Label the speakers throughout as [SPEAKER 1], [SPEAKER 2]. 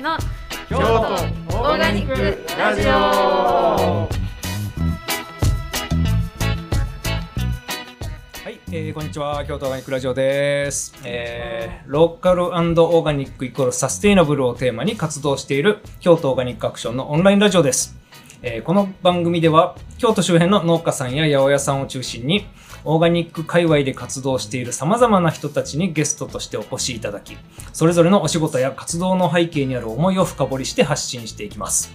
[SPEAKER 1] の
[SPEAKER 2] 京
[SPEAKER 1] 都オーガニックラジオ
[SPEAKER 2] はい、えーこんにちは京都オーガニックラジオです、えーローカルオーガニックイコールサステイナブルをテーマに活動している京都オーガニックアクションのオンラインラジオです、えーこの番組では京都周辺の農家さんや八百屋さんを中心にオーガニック界隈で活動している様々な人たちにゲストとしてお越しいただきそれぞれのお仕事や活動の背景にある思いを深掘りして発信していきます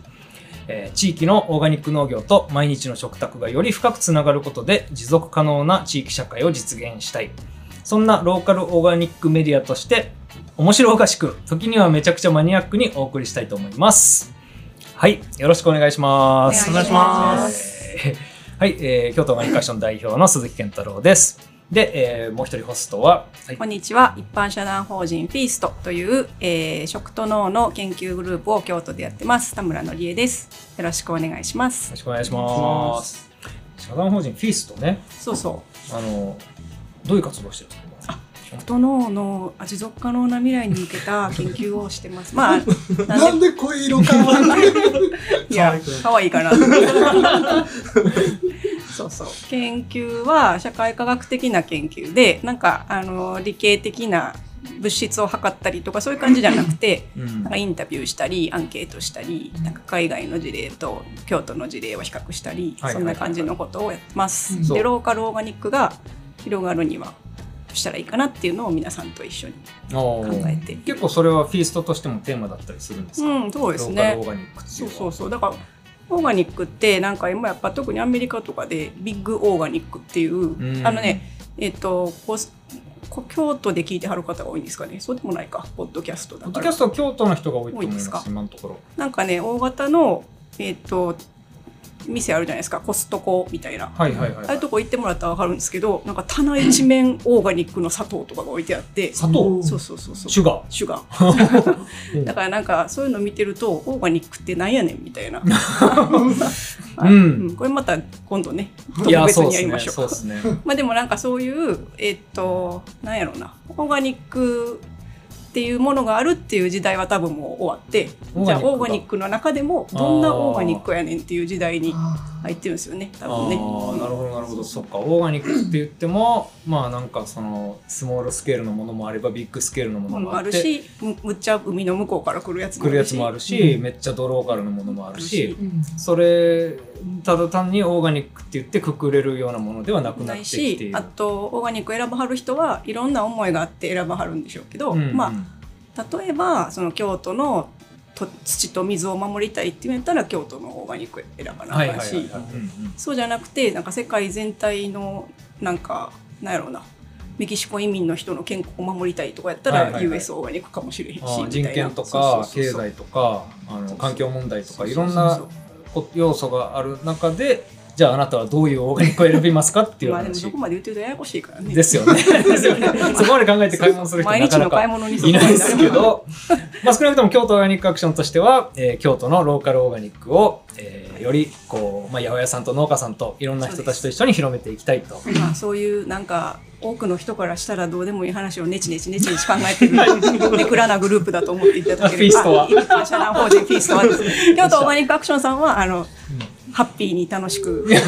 [SPEAKER 2] えー地域のオーガニック農業と毎日の食卓がより深くつながることで持続可能な地域社会を実現したいそんなローカルオーガニックメディアとして面白おかしく時にはめちゃくちゃマニアックにお送りしたいと思いますはいよろしくお願いします
[SPEAKER 1] お願いします
[SPEAKER 2] えーはい、えー京都オーガニックアクション代表の鈴木健太郎ですで、えーもう一人ホストは、はい
[SPEAKER 3] こんにちは一般社団法人フィーストという、えー食と脳の研究グループを京都でやってます田村のりえですよろしくお願いしま
[SPEAKER 2] よ
[SPEAKER 3] す
[SPEAKER 2] ろしくお願いします社団法人フィーストね
[SPEAKER 3] そうそう
[SPEAKER 2] あのどういう活動をしてるんですか
[SPEAKER 3] 食と脳のあ持続可能な未来に向けた 研究をしてますまあ
[SPEAKER 4] な
[SPEAKER 3] なん
[SPEAKER 4] んで濃い色変わる
[SPEAKER 3] でいや可愛い かなそうそう研究は社会科学的な研究でなんかあの理系的な物質を測ったりとかそういう感じじゃなくて
[SPEAKER 2] うん
[SPEAKER 3] なんかインタビューしたりアンケートしたりなんか海外の事例と京都の事例を比較したり、
[SPEAKER 2] はい
[SPEAKER 3] そんな感じのことをやってます。
[SPEAKER 4] うん
[SPEAKER 2] そう
[SPEAKER 3] でローカルオーガニックが広がるにはどうしたらいいかなっていうのを皆さんと一緒に
[SPEAKER 2] 考
[SPEAKER 3] 考えて
[SPEAKER 2] 結構それはフィーストとしてもテーマだったりするんですか、
[SPEAKER 3] うんそうです
[SPEAKER 2] ローカル
[SPEAKER 3] ね
[SPEAKER 2] オーガニックってい
[SPEAKER 3] そうう
[SPEAKER 2] のは
[SPEAKER 3] そうそうだからオーガニックってなんか今やっぱ特にアメリカとかでビッグオーガニックっていう、
[SPEAKER 2] うん
[SPEAKER 3] あのねえっ、とこうこ京都で聞いてはる方が多いんですかねそうでもないかポッドキャストだ
[SPEAKER 2] ポッ
[SPEAKER 3] か
[SPEAKER 2] ド
[SPEAKER 3] ら
[SPEAKER 2] キャストは京都の人が多いと思いま
[SPEAKER 3] 多いですすか
[SPEAKER 2] 今のところ
[SPEAKER 3] なんかね大型のえっ、と店あるじゃないですかコストコみたいな
[SPEAKER 2] はいはいはい、
[SPEAKER 3] ああいうとこ行ってもらったら分かるんですけどなんか棚一面オーガニックの砂糖とかが置いてあって
[SPEAKER 2] 砂糖
[SPEAKER 3] そうそうそうそう
[SPEAKER 2] シュガ
[SPEAKER 3] シュガ
[SPEAKER 2] うん
[SPEAKER 3] ーだからなんかそういうの見てるとオーガニックってなんやねんみ たいな、
[SPEAKER 2] うん
[SPEAKER 3] うんこれまた今度ね
[SPEAKER 2] ーい
[SPEAKER 3] 特
[SPEAKER 2] や
[SPEAKER 3] 別
[SPEAKER 2] そう
[SPEAKER 3] に
[SPEAKER 2] です
[SPEAKER 3] やりま
[SPEAKER 2] ね
[SPEAKER 3] しょう
[SPEAKER 2] そうですね
[SPEAKER 3] まあでもなんかそういうえっとなんやろうなオーガニックっていうものがあるっていう時代は多分もう終わって
[SPEAKER 2] オーガニック
[SPEAKER 3] じゃあ
[SPEAKER 2] が
[SPEAKER 3] オーガニックの中でもどんなオーガニックやねんっていう時代に入ってるんですよね多
[SPEAKER 2] あ
[SPEAKER 3] 分ね。
[SPEAKER 2] ーなるほどなるほどそっかオーガニックって言ってもまあなんかそのスモールスケールのものもあればビッグスケールのもの
[SPEAKER 3] もの
[SPEAKER 2] も
[SPEAKER 3] も
[SPEAKER 2] あ
[SPEAKER 3] あ
[SPEAKER 2] って
[SPEAKER 3] るしむむっちゃ海の向こうから来るやつもあ
[SPEAKER 2] 来
[SPEAKER 3] るし
[SPEAKER 2] るやつもあるし、めっちゃドローカルのものもあるし
[SPEAKER 3] あるし
[SPEAKER 2] それただ単にオーガニックって言ってくくれるようなものではなくな
[SPEAKER 3] な
[SPEAKER 2] って
[SPEAKER 3] い
[SPEAKER 2] きてい
[SPEAKER 3] し
[SPEAKER 2] る
[SPEAKER 3] あとオーガニック選ばはる人はいろんな思いがあって選ばはるんでしょうけど、
[SPEAKER 2] うんうん
[SPEAKER 3] まあ例えばその京都のと土と水を守りたいって言うんやったら京都のオーガニック選ばな
[SPEAKER 2] は
[SPEAKER 3] あ
[SPEAKER 2] いは
[SPEAKER 3] か
[SPEAKER 2] い
[SPEAKER 3] ん
[SPEAKER 2] はい
[SPEAKER 3] し、
[SPEAKER 2] はい、うん
[SPEAKER 3] そうじゃなくてなんか世界全体のなんかなんやろうなメキシコ移民の人の健康を守りたいとかやったら、
[SPEAKER 2] はいはいはい
[SPEAKER 3] US オーガニックかもしれへんし
[SPEAKER 2] あー
[SPEAKER 3] みたい
[SPEAKER 2] 人
[SPEAKER 3] な
[SPEAKER 2] 権と
[SPEAKER 3] そう
[SPEAKER 2] か
[SPEAKER 3] そう
[SPEAKER 2] 経
[SPEAKER 3] そう
[SPEAKER 2] 済とかあの
[SPEAKER 3] そう
[SPEAKER 2] 環境問題と
[SPEAKER 3] そ
[SPEAKER 2] か
[SPEAKER 3] うそうそ
[SPEAKER 2] いろ
[SPEAKER 3] う
[SPEAKER 2] んなこ要素がある中でじゃああなたはどういうオーガニックを選びますかっていう
[SPEAKER 3] まあでも
[SPEAKER 2] 話
[SPEAKER 3] どこまで言ってるとややこしいからね
[SPEAKER 2] ですよ ね。ですよねそこまで考えて買い物する人
[SPEAKER 3] 毎
[SPEAKER 2] なか
[SPEAKER 3] 日
[SPEAKER 2] な
[SPEAKER 3] の
[SPEAKER 2] か
[SPEAKER 3] 買い物に
[SPEAKER 2] いないですけど、まあ、少なくとも京都オーガニックアクションとしては、えー京都のローカルオーガニックを、えーよりこう、まあ、八百屋さんと農家さんといろんな人たちと一緒に広めていきたいと。
[SPEAKER 3] まあ、そういうなんか多くの人からしたらどうでもいい話をネチネチネチネチ考えてるネクラなグループだと思っていただければ
[SPEAKER 2] フィーストは
[SPEAKER 3] あ一般社団法人フィーストはです京都オーガニックアクションさんはあの、ハッピーに楽しくや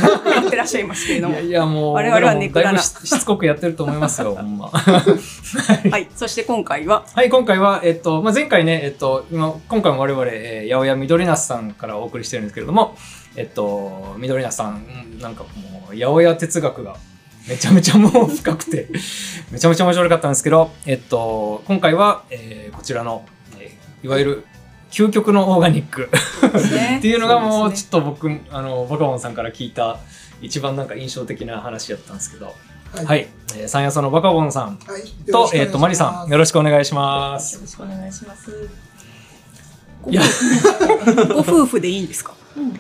[SPEAKER 3] ってらっしゃいますけれど
[SPEAKER 2] い
[SPEAKER 3] も
[SPEAKER 2] やいやもう
[SPEAKER 3] 我々
[SPEAKER 2] 僕ら
[SPEAKER 3] は
[SPEAKER 2] も
[SPEAKER 3] ネクラ
[SPEAKER 2] だい
[SPEAKER 3] な
[SPEAKER 2] ぶししつこくやってると思いますよ、ほんま。
[SPEAKER 3] はい、そして今回は
[SPEAKER 2] はい、今回は、えっと、まあ、前回ね、えっと、今、今回も我々、えー、八百屋緑那須さんからお送りしてるんですけれども、えっと、緑那須さん、うんなんかもう、八百屋哲学が、めちゃめちゃもう深くて、 めちゃめちゃ面白かったんですけど、えっと、今回は、えーこちらの、えーいわゆる、究極のオーガニッ ク
[SPEAKER 3] ですね
[SPEAKER 2] っていうのがもう、ちょ
[SPEAKER 3] そ
[SPEAKER 2] っと僕、あの、バカボンさんから聞いた、一番なんか印象的な話やったんですけど、はい、
[SPEAKER 4] はい。
[SPEAKER 2] えー、山野草のバカボンさん
[SPEAKER 4] はい
[SPEAKER 2] と、えっと、マリさん、よろしくお願いします。
[SPEAKER 5] よろしくお願いします。
[SPEAKER 3] うですねご夫婦でいいんですか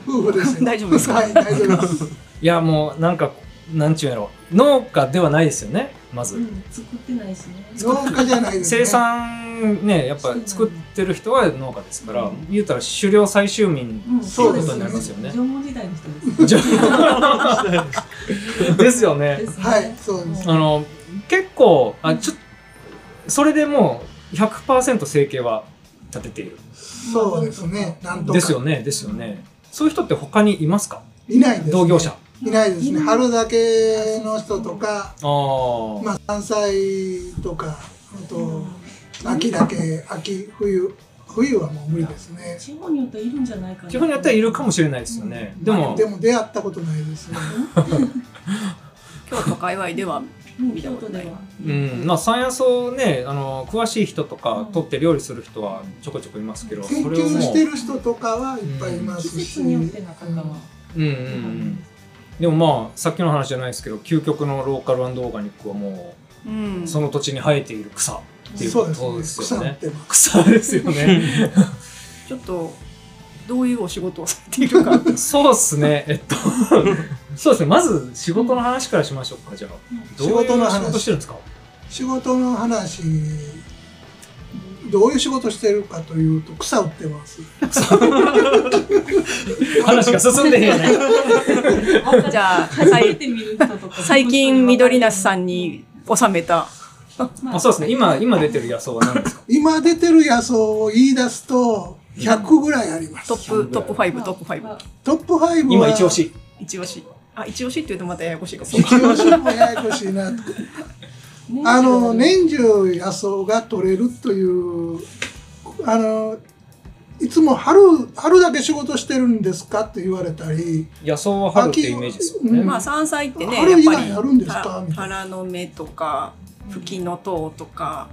[SPEAKER 4] 夫 婦ですよ。
[SPEAKER 3] 大丈夫ですか
[SPEAKER 4] はい、大丈夫です。
[SPEAKER 2] いやもうなんかなんちゅうんやろ農家ではないですよねまず、
[SPEAKER 5] うん、作ってないしね。
[SPEAKER 4] 農家じゃないです、
[SPEAKER 2] 生。
[SPEAKER 4] ね。
[SPEAKER 2] 産ねやっぱ作ってる人は農家ですから、
[SPEAKER 5] うん
[SPEAKER 2] 言うたら狩猟採集民
[SPEAKER 5] うん
[SPEAKER 2] っていうことになりますよね
[SPEAKER 5] 縄文時代の人です。
[SPEAKER 2] じゃあ ですよね
[SPEAKER 5] ですね
[SPEAKER 4] はい、そうです。
[SPEAKER 2] あの結構あちょそれでもう100%成形は立てている。
[SPEAKER 4] そうですね。なんとか。
[SPEAKER 2] ですよね、ですよね。そういう人って他にいますか
[SPEAKER 4] いないです、ね。
[SPEAKER 2] 同業者。。
[SPEAKER 4] いないですね。春だけの人とか、
[SPEAKER 2] ああ。
[SPEAKER 4] まあ、山菜とか、あと、秋だけ、秋、冬。冬はもう無理ですね。
[SPEAKER 5] 地方によってはいるんじゃないかな。
[SPEAKER 2] 基本にやったらいるかもしれないですよね。でも
[SPEAKER 4] で、も出会ったことないですね。
[SPEAKER 3] 京都界隈では
[SPEAKER 5] うん京都では。
[SPEAKER 2] うん、まあ山野草をね、あの詳しい人と
[SPEAKER 5] う
[SPEAKER 2] か
[SPEAKER 5] ん
[SPEAKER 2] 取って料理する人はちょこちょこいますけど、
[SPEAKER 4] 研
[SPEAKER 2] それを
[SPEAKER 4] 究
[SPEAKER 2] も
[SPEAKER 4] してる人とかはいっぱいいま
[SPEAKER 5] 季
[SPEAKER 4] すし。
[SPEAKER 5] 節によってなかなか。
[SPEAKER 2] う、うんうんうん。でもまあさっきの話じゃないですけど、究極のローカルオーガニックはも
[SPEAKER 3] う
[SPEAKER 2] うんその土地に生えている草っていう
[SPEAKER 4] そ
[SPEAKER 2] こ
[SPEAKER 4] うですね
[SPEAKER 2] と。ですよね。
[SPEAKER 4] 腐ってます。
[SPEAKER 2] 草ですよね。
[SPEAKER 3] ちょっとどういうお仕事をされているか
[SPEAKER 2] そうですね。えっと、そうですね。まず仕事の話からしましょうか。じゃあ、どう
[SPEAKER 4] 仕
[SPEAKER 2] いう
[SPEAKER 4] 事の話
[SPEAKER 2] 仕事してるんですか。
[SPEAKER 4] 仕事の話どういう仕事してるかというと草売ってます
[SPEAKER 2] 話が進んでへんよね。
[SPEAKER 3] じゃあ
[SPEAKER 5] 初め
[SPEAKER 3] 最
[SPEAKER 5] て見る人と か。
[SPEAKER 3] 最 近緑梨さん
[SPEAKER 5] ん。
[SPEAKER 3] に納めた
[SPEAKER 5] ま
[SPEAKER 2] あそうですね。今今出てる野草は何ですか。
[SPEAKER 4] 今出てる野草を言い出すと100ぐらいあります
[SPEAKER 3] トップトップ5トップ5
[SPEAKER 4] トップ5は
[SPEAKER 2] 今一押し。
[SPEAKER 3] 一押しあ一押しって言うとまたややこしいかもし
[SPEAKER 4] 一
[SPEAKER 3] れない
[SPEAKER 4] 押しもややこし いなとあの年中野草が取れるというあのいつも春春だけ仕事してるんですかって言われたり
[SPEAKER 2] 野草は春っていうイメージですよね。
[SPEAKER 4] うん
[SPEAKER 3] まあ山菜ってね
[SPEAKER 4] 春
[SPEAKER 3] やっ
[SPEAKER 4] 以
[SPEAKER 3] ぱ
[SPEAKER 4] 外
[SPEAKER 3] り
[SPEAKER 4] あるんですか
[SPEAKER 3] た
[SPEAKER 4] みたい
[SPEAKER 3] 薔薇の芽とかフキノトウとか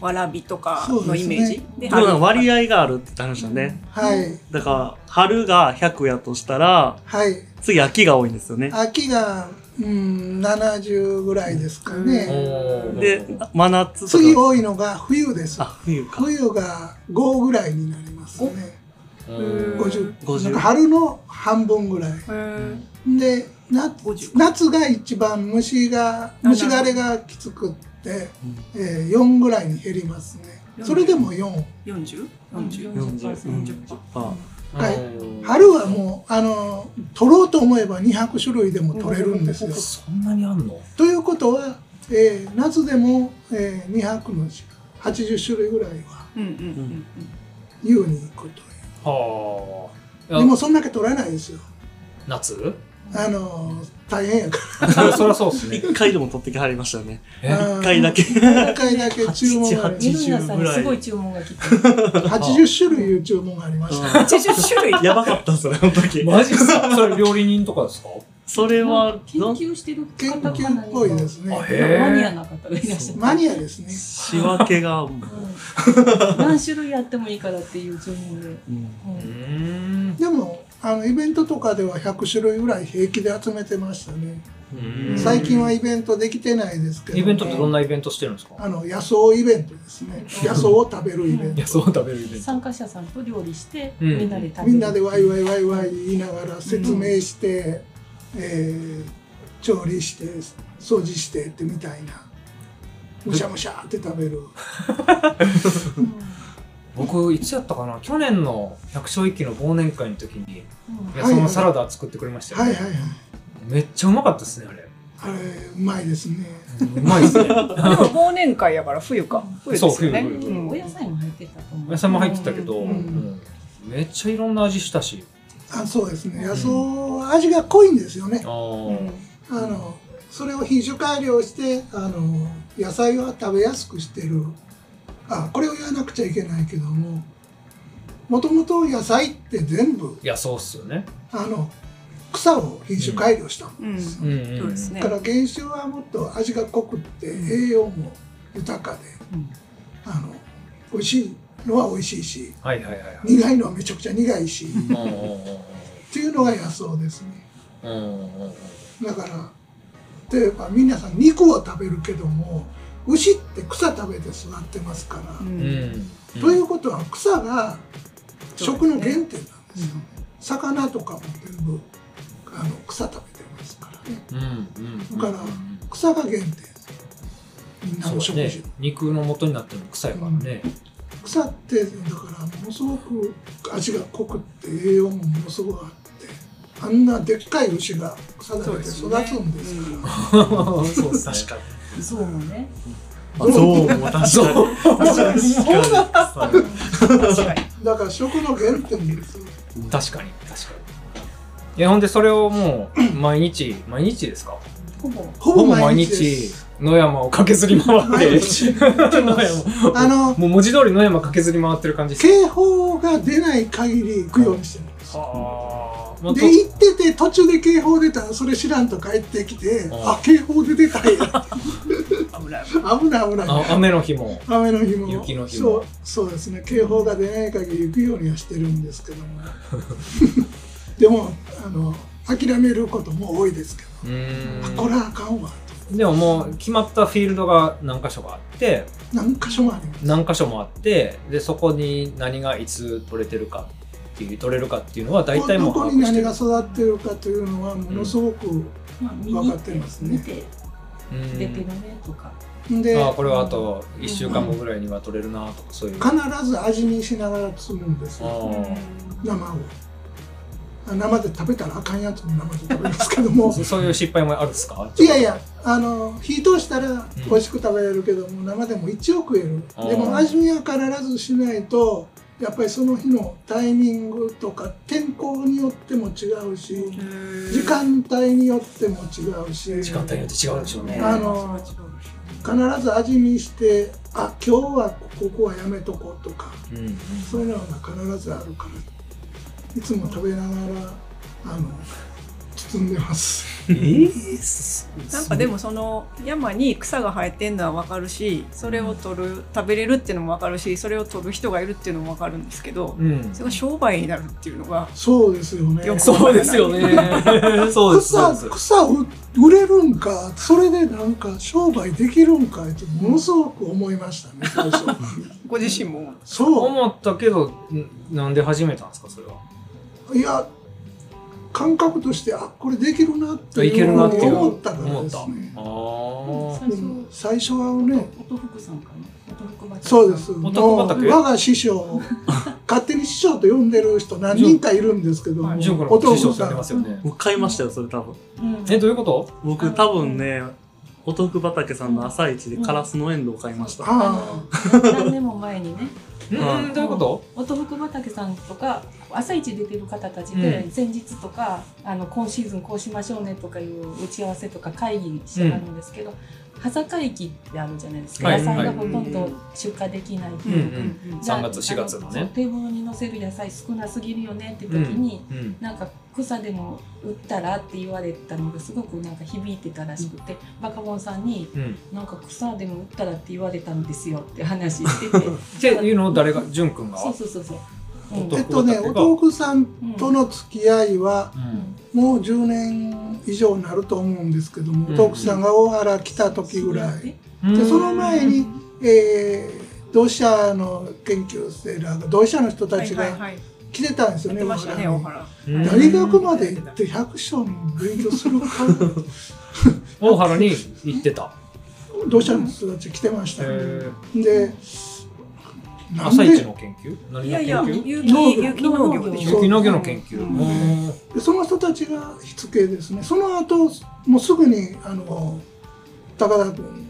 [SPEAKER 3] わらびとか
[SPEAKER 4] そう
[SPEAKER 3] の
[SPEAKER 4] です
[SPEAKER 3] イ
[SPEAKER 4] ね
[SPEAKER 3] メージで
[SPEAKER 6] でもなんか
[SPEAKER 3] 春
[SPEAKER 6] 割合があるって話だね。
[SPEAKER 4] はい
[SPEAKER 6] だから、春が100やとしたら、
[SPEAKER 4] はい
[SPEAKER 6] 次秋が多いんですよね。
[SPEAKER 4] 秋がうん70ぐらいですかね、
[SPEAKER 2] おー
[SPEAKER 6] で、真夏と
[SPEAKER 4] 次
[SPEAKER 6] か。
[SPEAKER 4] 多いのが冬です。
[SPEAKER 6] あ、冬か。
[SPEAKER 4] 冬が5ぐらいになりますね。
[SPEAKER 2] うん
[SPEAKER 4] 50。
[SPEAKER 6] 50
[SPEAKER 4] なんか春の半分ぐらい。
[SPEAKER 3] へー
[SPEAKER 4] で、夏
[SPEAKER 3] 50
[SPEAKER 4] 夏が一番虫が、
[SPEAKER 3] あ
[SPEAKER 4] 虫枯れがきつくって、えー、4ぐらいに減りますね。それでも4。
[SPEAKER 3] 40? 40?
[SPEAKER 6] 40
[SPEAKER 5] 40%。
[SPEAKER 6] あ
[SPEAKER 4] はい
[SPEAKER 2] うん
[SPEAKER 4] 春はもう、あの、取ろうと思えば200種類でも取れるんですよ。
[SPEAKER 2] そんなにあんの
[SPEAKER 4] ということは、えー夏でも、えー200の80種類ぐらいは
[SPEAKER 3] うんうんうん
[SPEAKER 4] 優にいくという。
[SPEAKER 2] はあ。
[SPEAKER 4] でもそんだけ取らないですよ。
[SPEAKER 2] 夏
[SPEAKER 4] あの大変やか
[SPEAKER 2] そりゃそうです ね。
[SPEAKER 6] 一回でも取ってきはりましたよね。
[SPEAKER 4] ら。
[SPEAKER 6] 一回だけ。
[SPEAKER 4] 一回だけ注文があり
[SPEAKER 5] 緑
[SPEAKER 6] 80
[SPEAKER 5] 梨さんにすごい注文が来て。
[SPEAKER 4] 80種類いう注文がありました。
[SPEAKER 3] 80種類
[SPEAKER 6] やばかった、それ、あの時。
[SPEAKER 2] マジっすか それ料理人とかですか
[SPEAKER 6] それは、
[SPEAKER 5] 研
[SPEAKER 6] な
[SPEAKER 5] 究してる
[SPEAKER 4] 研
[SPEAKER 5] 方か
[SPEAKER 4] 究っぽいです
[SPEAKER 2] あ
[SPEAKER 4] ね。
[SPEAKER 2] へ
[SPEAKER 5] マニア
[SPEAKER 2] え。
[SPEAKER 5] な方がいらっしゃる。
[SPEAKER 4] マニアですね。
[SPEAKER 6] 仕分けが、うん
[SPEAKER 5] うん何種類あってもいいからっていう注文で。う
[SPEAKER 6] うん
[SPEAKER 5] ん
[SPEAKER 2] うーん。
[SPEAKER 4] でもあのイベントとかでは100種類ぐらい平気で集めてましたね。
[SPEAKER 2] うん
[SPEAKER 4] 最近はイベントできてないですけども。
[SPEAKER 2] イベントってどんなイベントしてるんですか
[SPEAKER 4] あの野草イベントですね。野草を食べるイベント。
[SPEAKER 2] 野草を食べるイベント。
[SPEAKER 5] 参加者さんと料理して、
[SPEAKER 2] うん
[SPEAKER 5] みんなで食べる
[SPEAKER 4] みんなでワイワイワイワイ言いながら説明して、えー調理して掃除してってみたいな。むしゃむしゃって食べる。
[SPEAKER 5] うん
[SPEAKER 2] 僕、いつやったかな去年の百姓一揆の忘年会の時に、
[SPEAKER 5] うん
[SPEAKER 2] 野草のサラダ作ってくれましたよ
[SPEAKER 4] はい
[SPEAKER 2] ね。
[SPEAKER 4] はいはい。
[SPEAKER 2] めっちゃうまかったですね、あれ。
[SPEAKER 4] あれうまいですね。
[SPEAKER 2] うまいですね。
[SPEAKER 3] でも忘年会やから冬か冬ですよね
[SPEAKER 2] そう冬冬
[SPEAKER 3] うん
[SPEAKER 5] お野菜も入ってたと思う。
[SPEAKER 2] 野菜も入ってたけど、
[SPEAKER 4] うん
[SPEAKER 2] うんめっちゃいろんな味したし。
[SPEAKER 4] あそうですね。野草は味が濃いんですよね
[SPEAKER 2] あ。ー
[SPEAKER 4] あのそれを品種改良してあの野菜は食べやすくしてる。あこれを言わなくちゃいけないけども、もともと野菜って全部
[SPEAKER 2] 野草っすよね。
[SPEAKER 4] あの草を品種改良したも
[SPEAKER 3] うん
[SPEAKER 4] んです。
[SPEAKER 2] うんうんうん
[SPEAKER 3] そうですね
[SPEAKER 4] だから原種はもっと味が濃くって栄養も豊かで、あの美味しいのは美味しいし、
[SPEAKER 2] はいはいはいはい。
[SPEAKER 4] 苦いのはめちゃくちゃ苦いし。
[SPEAKER 2] うんうんうん
[SPEAKER 4] っていうのが野草ですね
[SPEAKER 2] うんうんうんうん
[SPEAKER 4] だから例えば皆さん肉を食べるけども牛って草食べて育ってますから、
[SPEAKER 2] うん
[SPEAKER 4] ということは草が食の原点なんですよ、魚とかも全部あの草食べてますからね
[SPEAKER 2] うんうん
[SPEAKER 4] だから草が原点みんな
[SPEAKER 2] そ
[SPEAKER 4] の
[SPEAKER 2] う
[SPEAKER 4] 食
[SPEAKER 2] ね
[SPEAKER 4] 事、の、
[SPEAKER 2] 肉の元になってるの草やからね、
[SPEAKER 4] 草ってだからものすごく味が濃くって栄養もものすごくあってあんなでっかい牛が草食べて育つんですから。
[SPEAKER 2] そうっすね
[SPEAKER 6] 確かに。
[SPEAKER 5] そうね。
[SPEAKER 6] あ、そう、確かに。確かに。
[SPEAKER 3] 確かに。
[SPEAKER 4] だから食の原点です
[SPEAKER 2] 確かに確かにいやほんでそれをもう毎日毎日ですか
[SPEAKER 5] ほぼ
[SPEAKER 4] ほ
[SPEAKER 2] ほぼ
[SPEAKER 4] ぼ
[SPEAKER 2] 毎
[SPEAKER 4] 毎日で
[SPEAKER 2] 日
[SPEAKER 4] す
[SPEAKER 2] 野山を駆けずり回って
[SPEAKER 4] 毎日
[SPEAKER 2] 野山
[SPEAKER 4] あの
[SPEAKER 2] もう文字通り野山駆けずり回ってる感じです
[SPEAKER 4] 警報が出ない限り行くようにしてる
[SPEAKER 2] はあ、まあ、と
[SPEAKER 4] で行ってて途中で警報出たらそれ知らんと帰ってきて
[SPEAKER 2] ん
[SPEAKER 4] あ警報出てたんや危ない危ない
[SPEAKER 2] あ雨の日も
[SPEAKER 4] 雨の日も
[SPEAKER 2] 雪の日も
[SPEAKER 4] そうそうですね警報が出ない限り行くようにはしてるんですけども でもあの諦めることも多いですけど
[SPEAKER 2] うーん
[SPEAKER 4] これはあかんわ
[SPEAKER 2] でももう決まったフィールドが何箇所かあって
[SPEAKER 4] 何箇所もあります
[SPEAKER 2] 何箇所もあってでそこに何がいつ取れてるかっていう取れるかっていうのは大体も
[SPEAKER 4] ど
[SPEAKER 2] う
[SPEAKER 4] こ
[SPEAKER 2] 把
[SPEAKER 4] に
[SPEAKER 2] 握して
[SPEAKER 4] 何
[SPEAKER 2] る
[SPEAKER 4] が育ってるかというのはものすごく、
[SPEAKER 5] まあ見
[SPEAKER 4] わ
[SPEAKER 5] に
[SPEAKER 4] か
[SPEAKER 5] 行
[SPEAKER 4] っ
[SPEAKER 5] ってて
[SPEAKER 4] ますね
[SPEAKER 5] 見て
[SPEAKER 2] うん
[SPEAKER 5] 出てるねとか
[SPEAKER 4] で
[SPEAKER 2] ああこれはあと1週間後ぐらいには取れるなとかそういう、あ
[SPEAKER 4] 必ず味見しながら摘むんですよ
[SPEAKER 2] あ
[SPEAKER 4] 生をあ生で食べたらあかんやつも生で食べますけども
[SPEAKER 2] そそういう失敗もあるんですか
[SPEAKER 4] いやいやあの火通したら美味しく食べれるけども、生でも一応食える
[SPEAKER 2] あー
[SPEAKER 4] でも味見は必ずしないとやっぱりその日のタイミングとか天候によっても違うし時間帯によっても違うし
[SPEAKER 2] 時間帯によって違うでしょうね
[SPEAKER 4] あの必ず味見してあ今日はここはやめとこうとか
[SPEAKER 2] うんうん
[SPEAKER 4] そういうのが必ずあるからいつも食べながらあの包んでます。
[SPEAKER 2] えーす
[SPEAKER 3] なんかでもその山に草が生えてんのはわかるしそれを取る食べれるっていうのもわかるしそれを取る人がいるっていうのもわかるんですけど
[SPEAKER 2] うん
[SPEAKER 3] それが商売になるっていうのが
[SPEAKER 4] そうですよね。
[SPEAKER 3] よく
[SPEAKER 2] そうですよね そうですそう
[SPEAKER 4] 草
[SPEAKER 2] です
[SPEAKER 4] 草売売れるんかそれでなんか商売できるんかってものすごく思いましたね最初
[SPEAKER 3] ご自身も
[SPEAKER 4] そ
[SPEAKER 2] 思ったけどんなんで始めたんですかそれは
[SPEAKER 4] ういや感覚としてあこれできるなって
[SPEAKER 2] いけるなっていう
[SPEAKER 4] 思ったからですね
[SPEAKER 2] あ
[SPEAKER 5] うん
[SPEAKER 2] ー
[SPEAKER 5] 最初
[SPEAKER 4] うん最初はね
[SPEAKER 5] 音福さんかな音福畑
[SPEAKER 4] そうです
[SPEAKER 2] 男
[SPEAKER 4] もう
[SPEAKER 2] 畑
[SPEAKER 4] 我が師匠 勝手に師匠と呼んでる人何人かいるんですけども
[SPEAKER 2] 純子の
[SPEAKER 4] 弟
[SPEAKER 2] 師匠さ
[SPEAKER 4] さ
[SPEAKER 2] ん出ま
[SPEAKER 4] ん
[SPEAKER 2] すよね
[SPEAKER 6] 僕買いましたよ、それ多分。
[SPEAKER 5] うん
[SPEAKER 2] えどういうこと
[SPEAKER 5] あ
[SPEAKER 6] 僕
[SPEAKER 5] の
[SPEAKER 6] 多分ね、お徳畑さんの朝市でカラスのエンドウを買いました。
[SPEAKER 4] あ
[SPEAKER 5] あの何年も前にね
[SPEAKER 2] うん
[SPEAKER 6] う
[SPEAKER 2] どういうこと
[SPEAKER 5] 音福畑さんとか朝一出てる方たちで前日とか、あの今シーズンこうしましょうねとかいう打ち合わせとか会議してあるんですけど、羽坂駅ってあるじゃないですか、
[SPEAKER 2] はい
[SPEAKER 5] 野菜がほとんど出荷できない日、
[SPEAKER 2] うんうん
[SPEAKER 5] じゃあ
[SPEAKER 2] 3月4月のね
[SPEAKER 5] あそうテーブルに載せる野菜少なすぎるよねって時
[SPEAKER 2] うん
[SPEAKER 5] に、
[SPEAKER 2] うん
[SPEAKER 5] なんか草でも売ったらって言われたのがすごくなんか響いてたらしくて、バカボンさんに
[SPEAKER 2] うん
[SPEAKER 5] なんか草でも売ったらって言われたんですよって話して て
[SPEAKER 2] っていうのを誰が純くんが
[SPEAKER 5] そうそうそうそう、うん
[SPEAKER 4] あえ
[SPEAKER 2] 音
[SPEAKER 4] っとねお豆腐さんとの付き合いは
[SPEAKER 2] うん
[SPEAKER 4] もう10年以上になると思うんですけども、
[SPEAKER 2] うん
[SPEAKER 4] 徳さんが大原来た時ぐらい、
[SPEAKER 2] うん
[SPEAKER 4] でその前に、えー同志社の研究生らが同志社の人たち
[SPEAKER 3] はいはい
[SPEAKER 4] が
[SPEAKER 3] はい
[SPEAKER 4] 来てたんです
[SPEAKER 3] やっ
[SPEAKER 4] よね,
[SPEAKER 3] て
[SPEAKER 4] 大
[SPEAKER 3] まし
[SPEAKER 4] 原
[SPEAKER 3] た
[SPEAKER 4] に、
[SPEAKER 3] ね大原
[SPEAKER 2] うん
[SPEAKER 4] 大学まで行って百姓の勉強するか
[SPEAKER 2] 大原に行ってた
[SPEAKER 4] 同志社の人たち来てました、でなん
[SPEAKER 2] 朝一
[SPEAKER 4] で
[SPEAKER 2] の研究
[SPEAKER 3] い
[SPEAKER 2] 何の
[SPEAKER 3] や
[SPEAKER 2] 研
[SPEAKER 3] いや
[SPEAKER 2] 究
[SPEAKER 3] 有機有機農業でしょ
[SPEAKER 4] そう
[SPEAKER 2] 有機農業の研究
[SPEAKER 5] う
[SPEAKER 2] うん
[SPEAKER 4] でその人たちが火付けですねその後もうすぐにあの高田君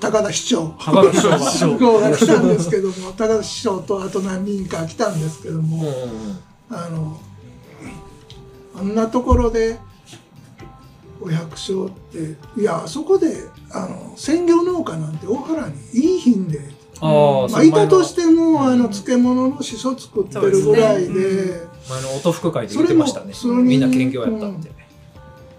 [SPEAKER 4] 高田市長
[SPEAKER 2] 高田市長が
[SPEAKER 4] 師匠が来たんですけども 高田師匠とあと何人か来たんですけど
[SPEAKER 2] うんう
[SPEAKER 4] も
[SPEAKER 2] んうん
[SPEAKER 4] あのあんなところでお百姓っていやあそこであの専業農家なんて大原にいい品で、
[SPEAKER 2] ああ、
[SPEAKER 4] まあ、いたとしててもあの漬物のしそ作ってるぐらいで
[SPEAKER 3] そうです
[SPEAKER 2] 前の音福会で言ってましたね
[SPEAKER 4] それもそれに
[SPEAKER 2] みんな研究やったって、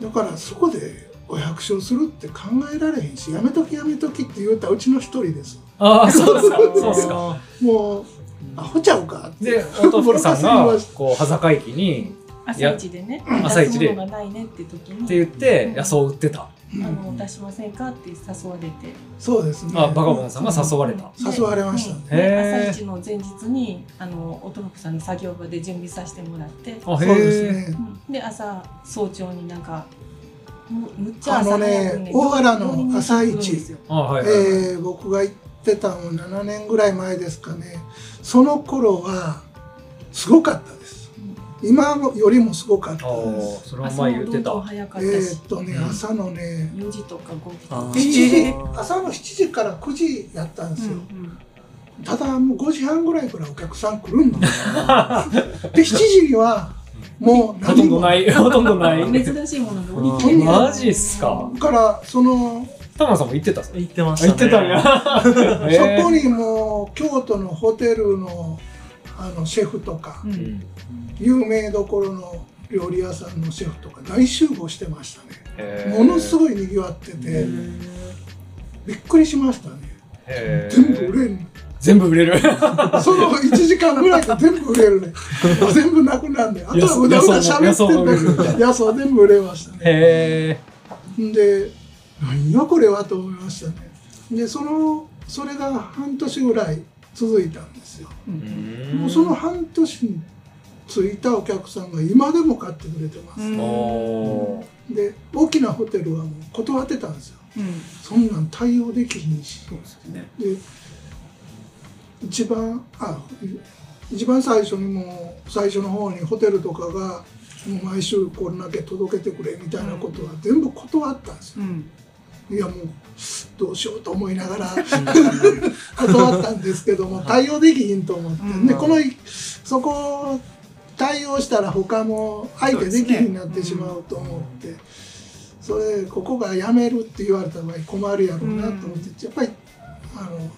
[SPEAKER 4] だからそこでお百姓するって考えられへんしやめときやめときって言うたうちの一人です
[SPEAKER 2] ああそうですかそうですか
[SPEAKER 4] もうアホちゃうかって
[SPEAKER 2] で 音福さん
[SPEAKER 4] ボロカス言い
[SPEAKER 2] が
[SPEAKER 4] まし
[SPEAKER 2] こう羽坂駅に
[SPEAKER 5] 朝一でね
[SPEAKER 2] 朝一で
[SPEAKER 5] 出すものがないねって時に
[SPEAKER 2] って言って
[SPEAKER 5] うん
[SPEAKER 2] 野草を売ってた
[SPEAKER 5] あの出しませんかって誘われて、
[SPEAKER 4] そうですね
[SPEAKER 2] あバカボンさんが誘われた
[SPEAKER 4] 誘われましたね
[SPEAKER 5] うんで
[SPEAKER 2] へー
[SPEAKER 5] 朝一の前日にあのおとろくさんの作業場で準備させてもらって、
[SPEAKER 2] あ
[SPEAKER 4] そうですね
[SPEAKER 5] うんで朝早朝になんかむむっちゃ
[SPEAKER 4] あの
[SPEAKER 5] 朝
[SPEAKER 4] ね
[SPEAKER 5] 早くね
[SPEAKER 4] 大原の朝
[SPEAKER 5] 料理人来るんです
[SPEAKER 4] 市
[SPEAKER 5] よ、
[SPEAKER 2] あはいはい、はい
[SPEAKER 4] えー僕が行ってたの7年ぐらい前ですかねその頃はすごかったです今よりもすごかった
[SPEAKER 2] あ
[SPEAKER 4] で
[SPEAKER 2] あ
[SPEAKER 4] す
[SPEAKER 2] それは前言って
[SPEAKER 5] 朝もどんどん
[SPEAKER 2] た
[SPEAKER 5] 早か
[SPEAKER 4] え
[SPEAKER 5] った
[SPEAKER 4] ー
[SPEAKER 5] し
[SPEAKER 4] っ、とね
[SPEAKER 2] うん
[SPEAKER 4] 朝のね
[SPEAKER 5] 4時とか5時と
[SPEAKER 6] あ
[SPEAKER 5] か
[SPEAKER 6] ー
[SPEAKER 4] 7時
[SPEAKER 6] あー
[SPEAKER 4] 朝の7時から9時やったんですよ
[SPEAKER 5] うん
[SPEAKER 4] ただもう5時半ぐらいからお客さん来るんだ で7時にはもう
[SPEAKER 2] ほと
[SPEAKER 4] 何
[SPEAKER 2] んど
[SPEAKER 4] も
[SPEAKER 2] ない、 ほとんどない。
[SPEAKER 5] 珍しいもので売り切れ
[SPEAKER 4] うん
[SPEAKER 2] マジっすか。
[SPEAKER 4] だからその
[SPEAKER 2] 田村さんも言ってたっすね
[SPEAKER 6] 行ってました
[SPEAKER 2] 言
[SPEAKER 6] ね。
[SPEAKER 2] ってたん や。。
[SPEAKER 4] そこ
[SPEAKER 2] に。
[SPEAKER 4] にもう京都のホテルのあのシェフとか、
[SPEAKER 2] うん
[SPEAKER 4] 有名どころの料理屋さんのシェフとか大集合してましたね、
[SPEAKER 2] へー
[SPEAKER 4] ものすごいにぎわっててびっくりしましたね
[SPEAKER 2] へー
[SPEAKER 4] 全部売れる
[SPEAKER 2] 全部売れる。
[SPEAKER 4] その1時間ぐらいで全 部売れる ね全部なくなるねあとはうだうだ喋
[SPEAKER 2] 野草も野草も
[SPEAKER 4] ってて野草全部売れましたね
[SPEAKER 2] へ
[SPEAKER 4] んで何やこれはと思いましたねでそのそれが半年ぐらい続いたんですよ
[SPEAKER 2] ー
[SPEAKER 4] もうその半年に着いたお客さんが今でも買ってくれてます、
[SPEAKER 2] おー
[SPEAKER 4] で大きなホテルはもう断ってたんですよそんなん対応できひんし
[SPEAKER 7] そうですね。
[SPEAKER 4] で一番あ一番最初にもう最初の方にホテルとかがもう毎週これだけ届けてくれみたいなことは全部断ったんですよ、いやもうどうしようと思いながら 断ったんですけども対応できひんと思って、
[SPEAKER 3] うん
[SPEAKER 4] でこのいそこ対応したら他も相手できひんなってしまうと思って、それここがやめるって言われた場合困るやろうなと思って、やっぱりあの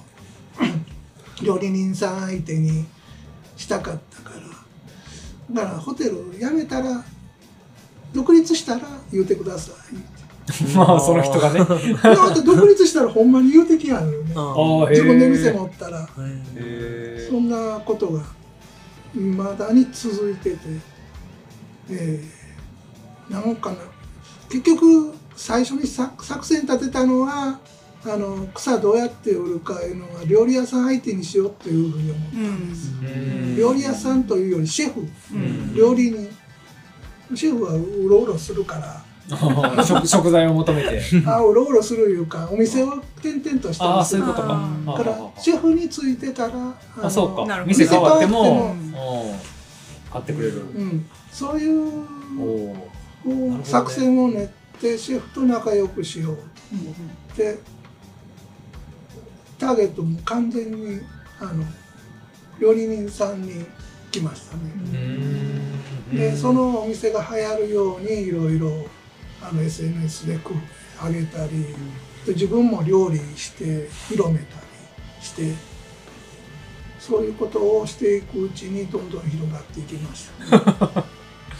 [SPEAKER 4] 料理人さん相手にしたかったからだからホテル辞めたら独立したら言うてくださいっ て。
[SPEAKER 2] まあ、その人がね。
[SPEAKER 4] いやあと独立したらほんまに言うてきやんよね
[SPEAKER 6] あ
[SPEAKER 2] あーへー
[SPEAKER 4] 自分で店持ったら
[SPEAKER 6] はい
[SPEAKER 2] へ
[SPEAKER 4] そんなことがいまだに続いてて、えーなのかな結局最初に作作戦立てたのはあの草どうやって売るかいうのは料理屋さん相手にしようっていうふうに思ったんです、
[SPEAKER 2] ー
[SPEAKER 4] 料理屋さんというよりシェフ
[SPEAKER 2] うん
[SPEAKER 4] 料理人シェフはうろうろする から
[SPEAKER 2] 食食材を求めて。
[SPEAKER 4] あうろうろするいうかお店を転々とし て
[SPEAKER 2] ああ、
[SPEAKER 4] ま
[SPEAKER 2] そ
[SPEAKER 4] す
[SPEAKER 2] ういうことか。
[SPEAKER 3] あー
[SPEAKER 2] あ
[SPEAKER 4] だからシェフについてたらあ
[SPEAKER 2] あ
[SPEAKER 4] の
[SPEAKER 2] そう
[SPEAKER 3] な
[SPEAKER 2] か。
[SPEAKER 3] るほど
[SPEAKER 2] 店変わっても、
[SPEAKER 4] 店
[SPEAKER 2] うん買ってくれる。
[SPEAKER 4] うん、そういう
[SPEAKER 2] おお。
[SPEAKER 4] こう作戦を練ってシェフと仲良くしようと思ってターゲットも完全にあの料理人さんに来ましたね、でそのお店が流行るようにいろいろあの SNS で工夫上げたりで自分も料理して広めたりしてそういうことをしていくうちにどんどん広がっていきました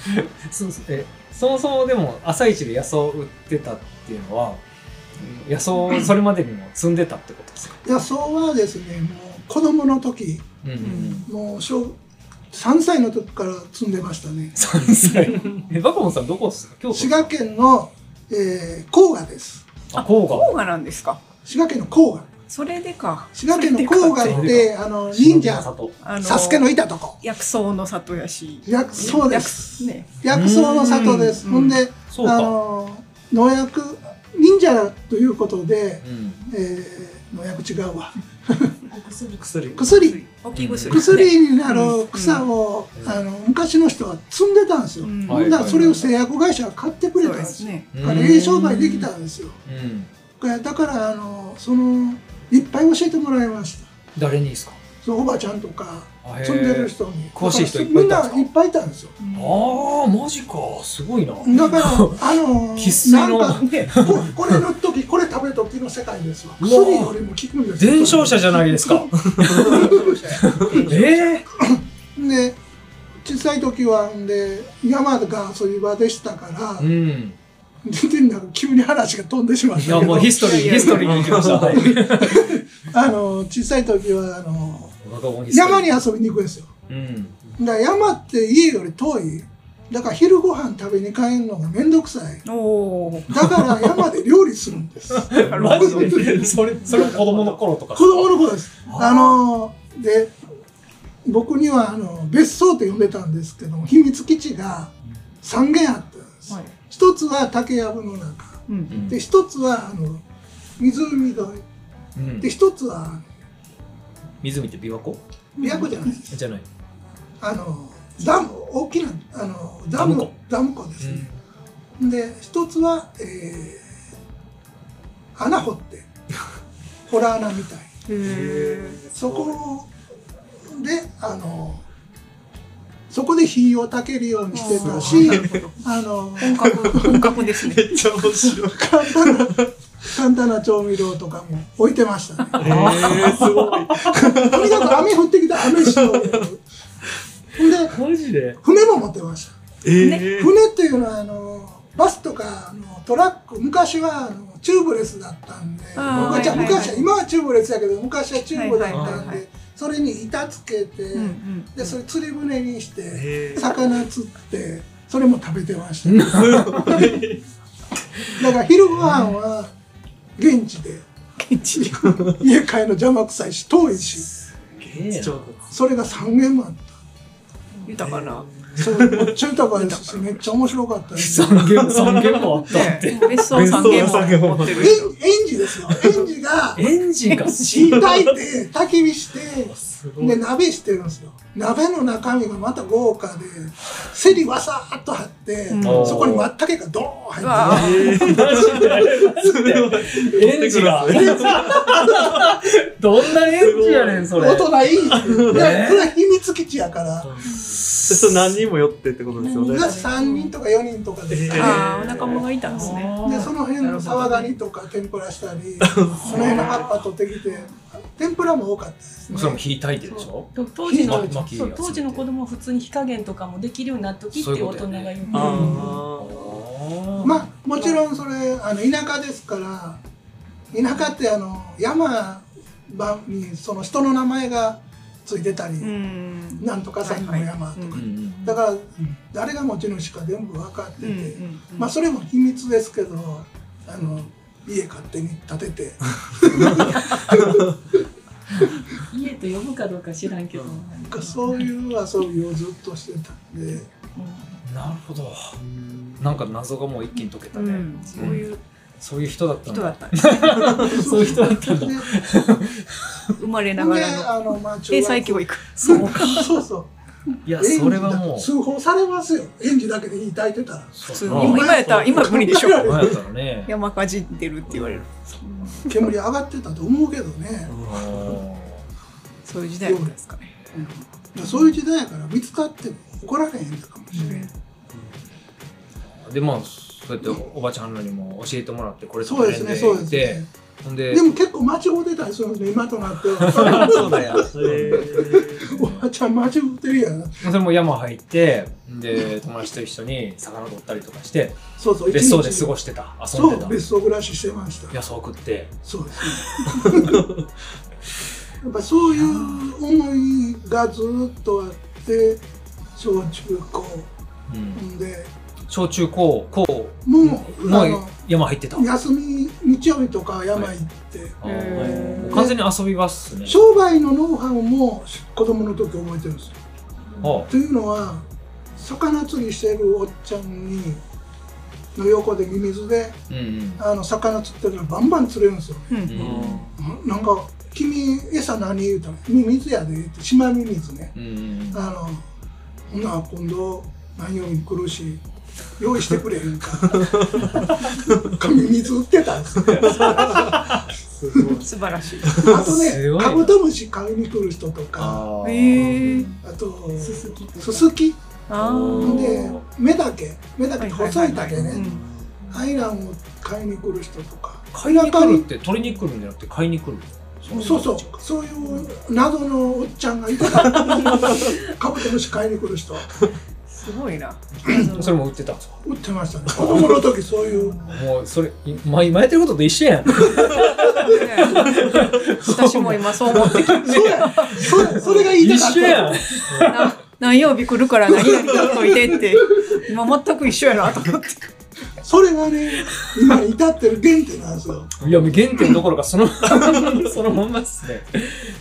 [SPEAKER 4] ね、
[SPEAKER 2] そうそうえそもそもでも朝一で野草を売ってたっていうのはうん野草をそれまでにも積んでたってことですか、
[SPEAKER 4] 野草はですねもう子供の時
[SPEAKER 2] うん
[SPEAKER 3] ん
[SPEAKER 4] もう小3歳の時から積んでましたね
[SPEAKER 2] 3歳えバカモンさんどこですか京都
[SPEAKER 4] 滋賀県の、えー、甲賀です
[SPEAKER 2] あ甲賀
[SPEAKER 3] 甲賀なんですか。
[SPEAKER 4] 滋賀県の甲賀
[SPEAKER 3] それでか。
[SPEAKER 4] 滋賀県の甲賀ってあの忍者
[SPEAKER 3] あの
[SPEAKER 4] サスケのいたとこ
[SPEAKER 3] 薬草の里やし。
[SPEAKER 4] 薬そうです
[SPEAKER 3] 薬ね。
[SPEAKER 4] 薬草の里です
[SPEAKER 3] うん
[SPEAKER 4] ほんで
[SPEAKER 2] そう
[SPEAKER 4] あ
[SPEAKER 2] か、
[SPEAKER 4] の農薬忍者ということで
[SPEAKER 2] う、ん、
[SPEAKER 4] えー、農薬違うわ
[SPEAKER 5] お薬
[SPEAKER 6] 薬。
[SPEAKER 4] 薬
[SPEAKER 3] 大きい薬。
[SPEAKER 4] 薬になる草
[SPEAKER 3] を。
[SPEAKER 4] を、あの昔の人は積んでたんですよ、
[SPEAKER 3] うん
[SPEAKER 4] ほんだらそれを製薬会社が買ってくれ
[SPEAKER 3] そ
[SPEAKER 4] た
[SPEAKER 3] うんで
[SPEAKER 4] です
[SPEAKER 3] す
[SPEAKER 4] よ
[SPEAKER 3] ね。
[SPEAKER 4] だからええ商売できたんですよ
[SPEAKER 2] うん
[SPEAKER 4] だからあのそのいっぱい教えてもらいました
[SPEAKER 2] 誰にですか
[SPEAKER 4] そのおばちゃんとか
[SPEAKER 2] あへー
[SPEAKER 4] 住んでる人に
[SPEAKER 2] 詳しい人
[SPEAKER 4] だ
[SPEAKER 2] いっぱいいたん
[SPEAKER 4] か
[SPEAKER 2] です
[SPEAKER 4] ら
[SPEAKER 2] か
[SPEAKER 4] みんないっぱいいた
[SPEAKER 2] あ
[SPEAKER 4] んですよ
[SPEAKER 2] ーマジかすごいな
[SPEAKER 4] だからあの
[SPEAKER 2] 生粋の
[SPEAKER 4] なんかねここれの時これ食べる時の世界ですわ薬よりも効くんですよ
[SPEAKER 2] 伝承者じゃないですか え
[SPEAKER 4] で小さい時はんで山が遊び場でしたから
[SPEAKER 2] ー、うん
[SPEAKER 4] 全然なんか急に話が飛んでしまっ
[SPEAKER 2] い
[SPEAKER 4] た
[SPEAKER 2] や
[SPEAKER 4] け
[SPEAKER 2] も
[SPEAKER 4] ど
[SPEAKER 2] うヒストリーヒストリーに行きましたはい
[SPEAKER 4] あの小さい時はあの
[SPEAKER 2] バカモンヒストリー
[SPEAKER 4] 山に遊びに行くんですよ
[SPEAKER 2] うん
[SPEAKER 4] だから山って家より遠いだから昼ご飯食べに帰るのがめんどくさい
[SPEAKER 3] おお。
[SPEAKER 4] だから山で料理するんです子
[SPEAKER 2] マジでそれそれ子供の頃とか
[SPEAKER 4] 供の頃ですあので僕にはあの別荘って呼んでたんですけども秘密基地が3軒あったんです、
[SPEAKER 3] はい
[SPEAKER 4] 一つは竹やぶの中
[SPEAKER 3] うん。
[SPEAKER 4] で一つはあの湖沿い
[SPEAKER 2] うん
[SPEAKER 4] で一つは
[SPEAKER 2] 湖って琵琶湖
[SPEAKER 4] 琵琶湖じゃないです
[SPEAKER 2] じゃない
[SPEAKER 4] あのダム大きなあのダ
[SPEAKER 2] ダム
[SPEAKER 4] ム
[SPEAKER 2] 湖
[SPEAKER 4] ダム湖ですね、で一つは、えー穴掘ってホラー穴みたいそこであのそこで火を焚けるようにしてたし あの
[SPEAKER 3] 本格本格ですね。
[SPEAKER 6] めっちゃ面白い。
[SPEAKER 4] 簡単な簡単な調味料とかも置いてましたね。
[SPEAKER 6] えー、すごい。
[SPEAKER 4] とにかく雨降ってきたら雨しようよ。ほんで
[SPEAKER 6] マジで
[SPEAKER 4] 船も持ってました。
[SPEAKER 6] えー、
[SPEAKER 4] 船っていうのはあのバスとかあのトラック昔はあのチューブレスだったんで
[SPEAKER 3] あ
[SPEAKER 6] ー
[SPEAKER 4] 昔は
[SPEAKER 6] はいはいはい
[SPEAKER 4] 昔は今はチューブレスやけど昔はチューブだったんで、
[SPEAKER 3] はいはいはいはい
[SPEAKER 4] それに板つけて、
[SPEAKER 3] うんうん
[SPEAKER 4] でそれ釣り船にして、
[SPEAKER 6] へー
[SPEAKER 4] 魚釣ってそれも食べてました、 だから昼ご飯は現地で
[SPEAKER 3] 現地で
[SPEAKER 4] 家帰るの邪魔くさいし遠いし
[SPEAKER 6] 現地調達。
[SPEAKER 4] それが3軒もあった
[SPEAKER 3] 豊かな。
[SPEAKER 4] それめっちゃ豊かですしめっちゃ面白かったです
[SPEAKER 2] 三軒、三軒もあったって。
[SPEAKER 3] ね別荘三軒も持って
[SPEAKER 4] え
[SPEAKER 3] る。
[SPEAKER 4] 園児ですよ園児が
[SPEAKER 2] エンジンが
[SPEAKER 4] 火炊いて焚き火して
[SPEAKER 6] すごい。
[SPEAKER 4] で鍋してるんですよ鍋の中身がまた豪華でセリわさーっと張って、
[SPEAKER 3] うん
[SPEAKER 4] そこにマッタケがドーン
[SPEAKER 3] うわ
[SPEAKER 4] 入って
[SPEAKER 3] あ
[SPEAKER 2] マジでエンジがどんなエンジやねんそ
[SPEAKER 4] る
[SPEAKER 2] れ
[SPEAKER 4] 大人いいっていうい
[SPEAKER 2] ね
[SPEAKER 4] やこれは秘密基地やから
[SPEAKER 6] それ何人も寄ってってことですよね。
[SPEAKER 4] 3人とか4人とかで
[SPEAKER 6] えー
[SPEAKER 3] ああお仲間がいたんですね。
[SPEAKER 4] でその辺のサワガニとか天ぷらしたりその辺の葉っぱ取ってきて天ぷらも多かったですね
[SPEAKER 2] それも引いたいてるでしょ
[SPEAKER 5] と当時の
[SPEAKER 2] 巻き巻き
[SPEAKER 5] そう当時の子供は普通に火加減とかもできるようになっときって
[SPEAKER 2] そういう
[SPEAKER 5] 大
[SPEAKER 2] こと
[SPEAKER 5] 人
[SPEAKER 2] や
[SPEAKER 5] が
[SPEAKER 2] ね
[SPEAKER 5] 言う
[SPEAKER 6] あ
[SPEAKER 4] まあもちろんそれあの田舎ですから田舎ってあの山ばにその人の名前がついてたり、
[SPEAKER 3] うん。
[SPEAKER 4] なんとかさんの山とか、
[SPEAKER 3] はいは
[SPEAKER 2] うんうん
[SPEAKER 4] だから誰が持ち主か全部分かってて、
[SPEAKER 3] うんうんうん
[SPEAKER 4] まあそれも秘密ですけどあの家勝手に建てて
[SPEAKER 5] 家と呼ぶかどうか知らんけど、
[SPEAKER 4] なんかそういう遊びをずっとしてたんで
[SPEAKER 2] なるほどなんか謎がもう一気に解けた
[SPEAKER 3] う
[SPEAKER 2] ね、
[SPEAKER 3] んそういう
[SPEAKER 2] そういう人だったん
[SPEAKER 3] 人
[SPEAKER 2] だ
[SPEAKER 3] だったんですね。
[SPEAKER 2] そういう人だったんだ
[SPEAKER 4] で
[SPEAKER 3] 生まれなが
[SPEAKER 4] で
[SPEAKER 3] らの
[SPEAKER 4] あのまあ中
[SPEAKER 3] 英
[SPEAKER 4] 学
[SPEAKER 3] 才教育。
[SPEAKER 2] そうか
[SPEAKER 4] そうそう
[SPEAKER 2] いや
[SPEAKER 4] 園児
[SPEAKER 2] それは
[SPEAKER 4] だ
[SPEAKER 2] もう
[SPEAKER 4] 通報されますよ園児だけで言いたいてたら
[SPEAKER 2] 普
[SPEAKER 3] 通に
[SPEAKER 2] まあ
[SPEAKER 3] 今やったら今無理でしょ
[SPEAKER 2] お前やったらね
[SPEAKER 3] 山火事出るって言われる。
[SPEAKER 4] 煙上がってたと思うけどね
[SPEAKER 3] そういう時代だったんですかね。
[SPEAKER 4] そういう時代やから見つかっても怒られへんかもしれん、
[SPEAKER 2] でまあそうやっておばちゃんらにも教えてもらってこれと
[SPEAKER 4] そ
[SPEAKER 2] か
[SPEAKER 4] う
[SPEAKER 2] ね
[SPEAKER 4] ですねそうです
[SPEAKER 2] で
[SPEAKER 4] ね
[SPEAKER 2] ほんで
[SPEAKER 4] でも結構間違うてたりするんですね今となっては
[SPEAKER 6] そうだよ。
[SPEAKER 4] おばちゃん間違ってるやん
[SPEAKER 2] それも山入ってで友達と一緒に魚取ったりとかして
[SPEAKER 4] そうそう
[SPEAKER 2] 別荘で過ご
[SPEAKER 4] し
[SPEAKER 2] してた遊ん
[SPEAKER 4] そ
[SPEAKER 2] で
[SPEAKER 4] う
[SPEAKER 2] た
[SPEAKER 4] 別荘暮らししてました
[SPEAKER 2] 野草食って
[SPEAKER 4] そうですねやっぱそういう思いがずっとあって小中高
[SPEAKER 2] うん
[SPEAKER 4] で
[SPEAKER 2] 小中高高
[SPEAKER 4] もう、
[SPEAKER 2] も
[SPEAKER 4] あ
[SPEAKER 2] う
[SPEAKER 4] の
[SPEAKER 2] 山入ってた
[SPEAKER 4] 休み日曜日とか山行って、
[SPEAKER 2] あ
[SPEAKER 3] へ
[SPEAKER 2] ー
[SPEAKER 3] ー
[SPEAKER 2] もう完全に遊び場っすね
[SPEAKER 4] 商売のノウハウも子供の時覚えてるんですよ
[SPEAKER 2] あ
[SPEAKER 4] というのは魚釣りしてるおっちゃんにの横でミミズで
[SPEAKER 2] うんうん
[SPEAKER 4] あの魚釣ってるからバンバン釣れるんですよ、
[SPEAKER 3] う。
[SPEAKER 2] うんん
[SPEAKER 4] んなんか「君餌何?」言うたら「ミミズやで」って島ミミズね
[SPEAKER 2] うんうん
[SPEAKER 4] あのほな今度何曜日に来るし用意してくれへんかミミズ売ってたんですよ
[SPEAKER 6] すごい。
[SPEAKER 3] 素晴らしい。
[SPEAKER 4] あと
[SPEAKER 2] すご
[SPEAKER 4] ね
[SPEAKER 2] いな
[SPEAKER 4] カブトムシ買いに来る人とか
[SPEAKER 2] あー
[SPEAKER 3] へえ。
[SPEAKER 4] あと
[SPEAKER 5] すすきとか
[SPEAKER 4] ススキ
[SPEAKER 3] あ
[SPEAKER 2] おー
[SPEAKER 3] あ。
[SPEAKER 4] で目だけ目だ
[SPEAKER 3] は
[SPEAKER 4] けって
[SPEAKER 3] はは
[SPEAKER 4] 細いだけ
[SPEAKER 3] う
[SPEAKER 4] ね
[SPEAKER 3] ん
[SPEAKER 4] アイランを買いに来る人とか
[SPEAKER 2] 買いに来るって取りに来るんじゃなくて買いに来る
[SPEAKER 4] そうそうそういう謎のおっちゃんがいたからカブトムシ買いに来る人
[SPEAKER 3] すごいな。
[SPEAKER 2] それも売ってたんですか
[SPEAKER 4] 売ってましたね子供の時そういう
[SPEAKER 2] もうそれいま今やってることと一緒やん
[SPEAKER 3] ね私も今そう思ってき
[SPEAKER 4] そうやそうやそれ が言い
[SPEAKER 2] 一
[SPEAKER 4] たかっ
[SPEAKER 2] 緒やん
[SPEAKER 3] たな。何曜日来るから何々取っといてって。今全く一緒やなと思って。
[SPEAKER 4] たそれがね今に至ってる原点なんですよ
[SPEAKER 2] いやもう原点どころかその そのまんまっすね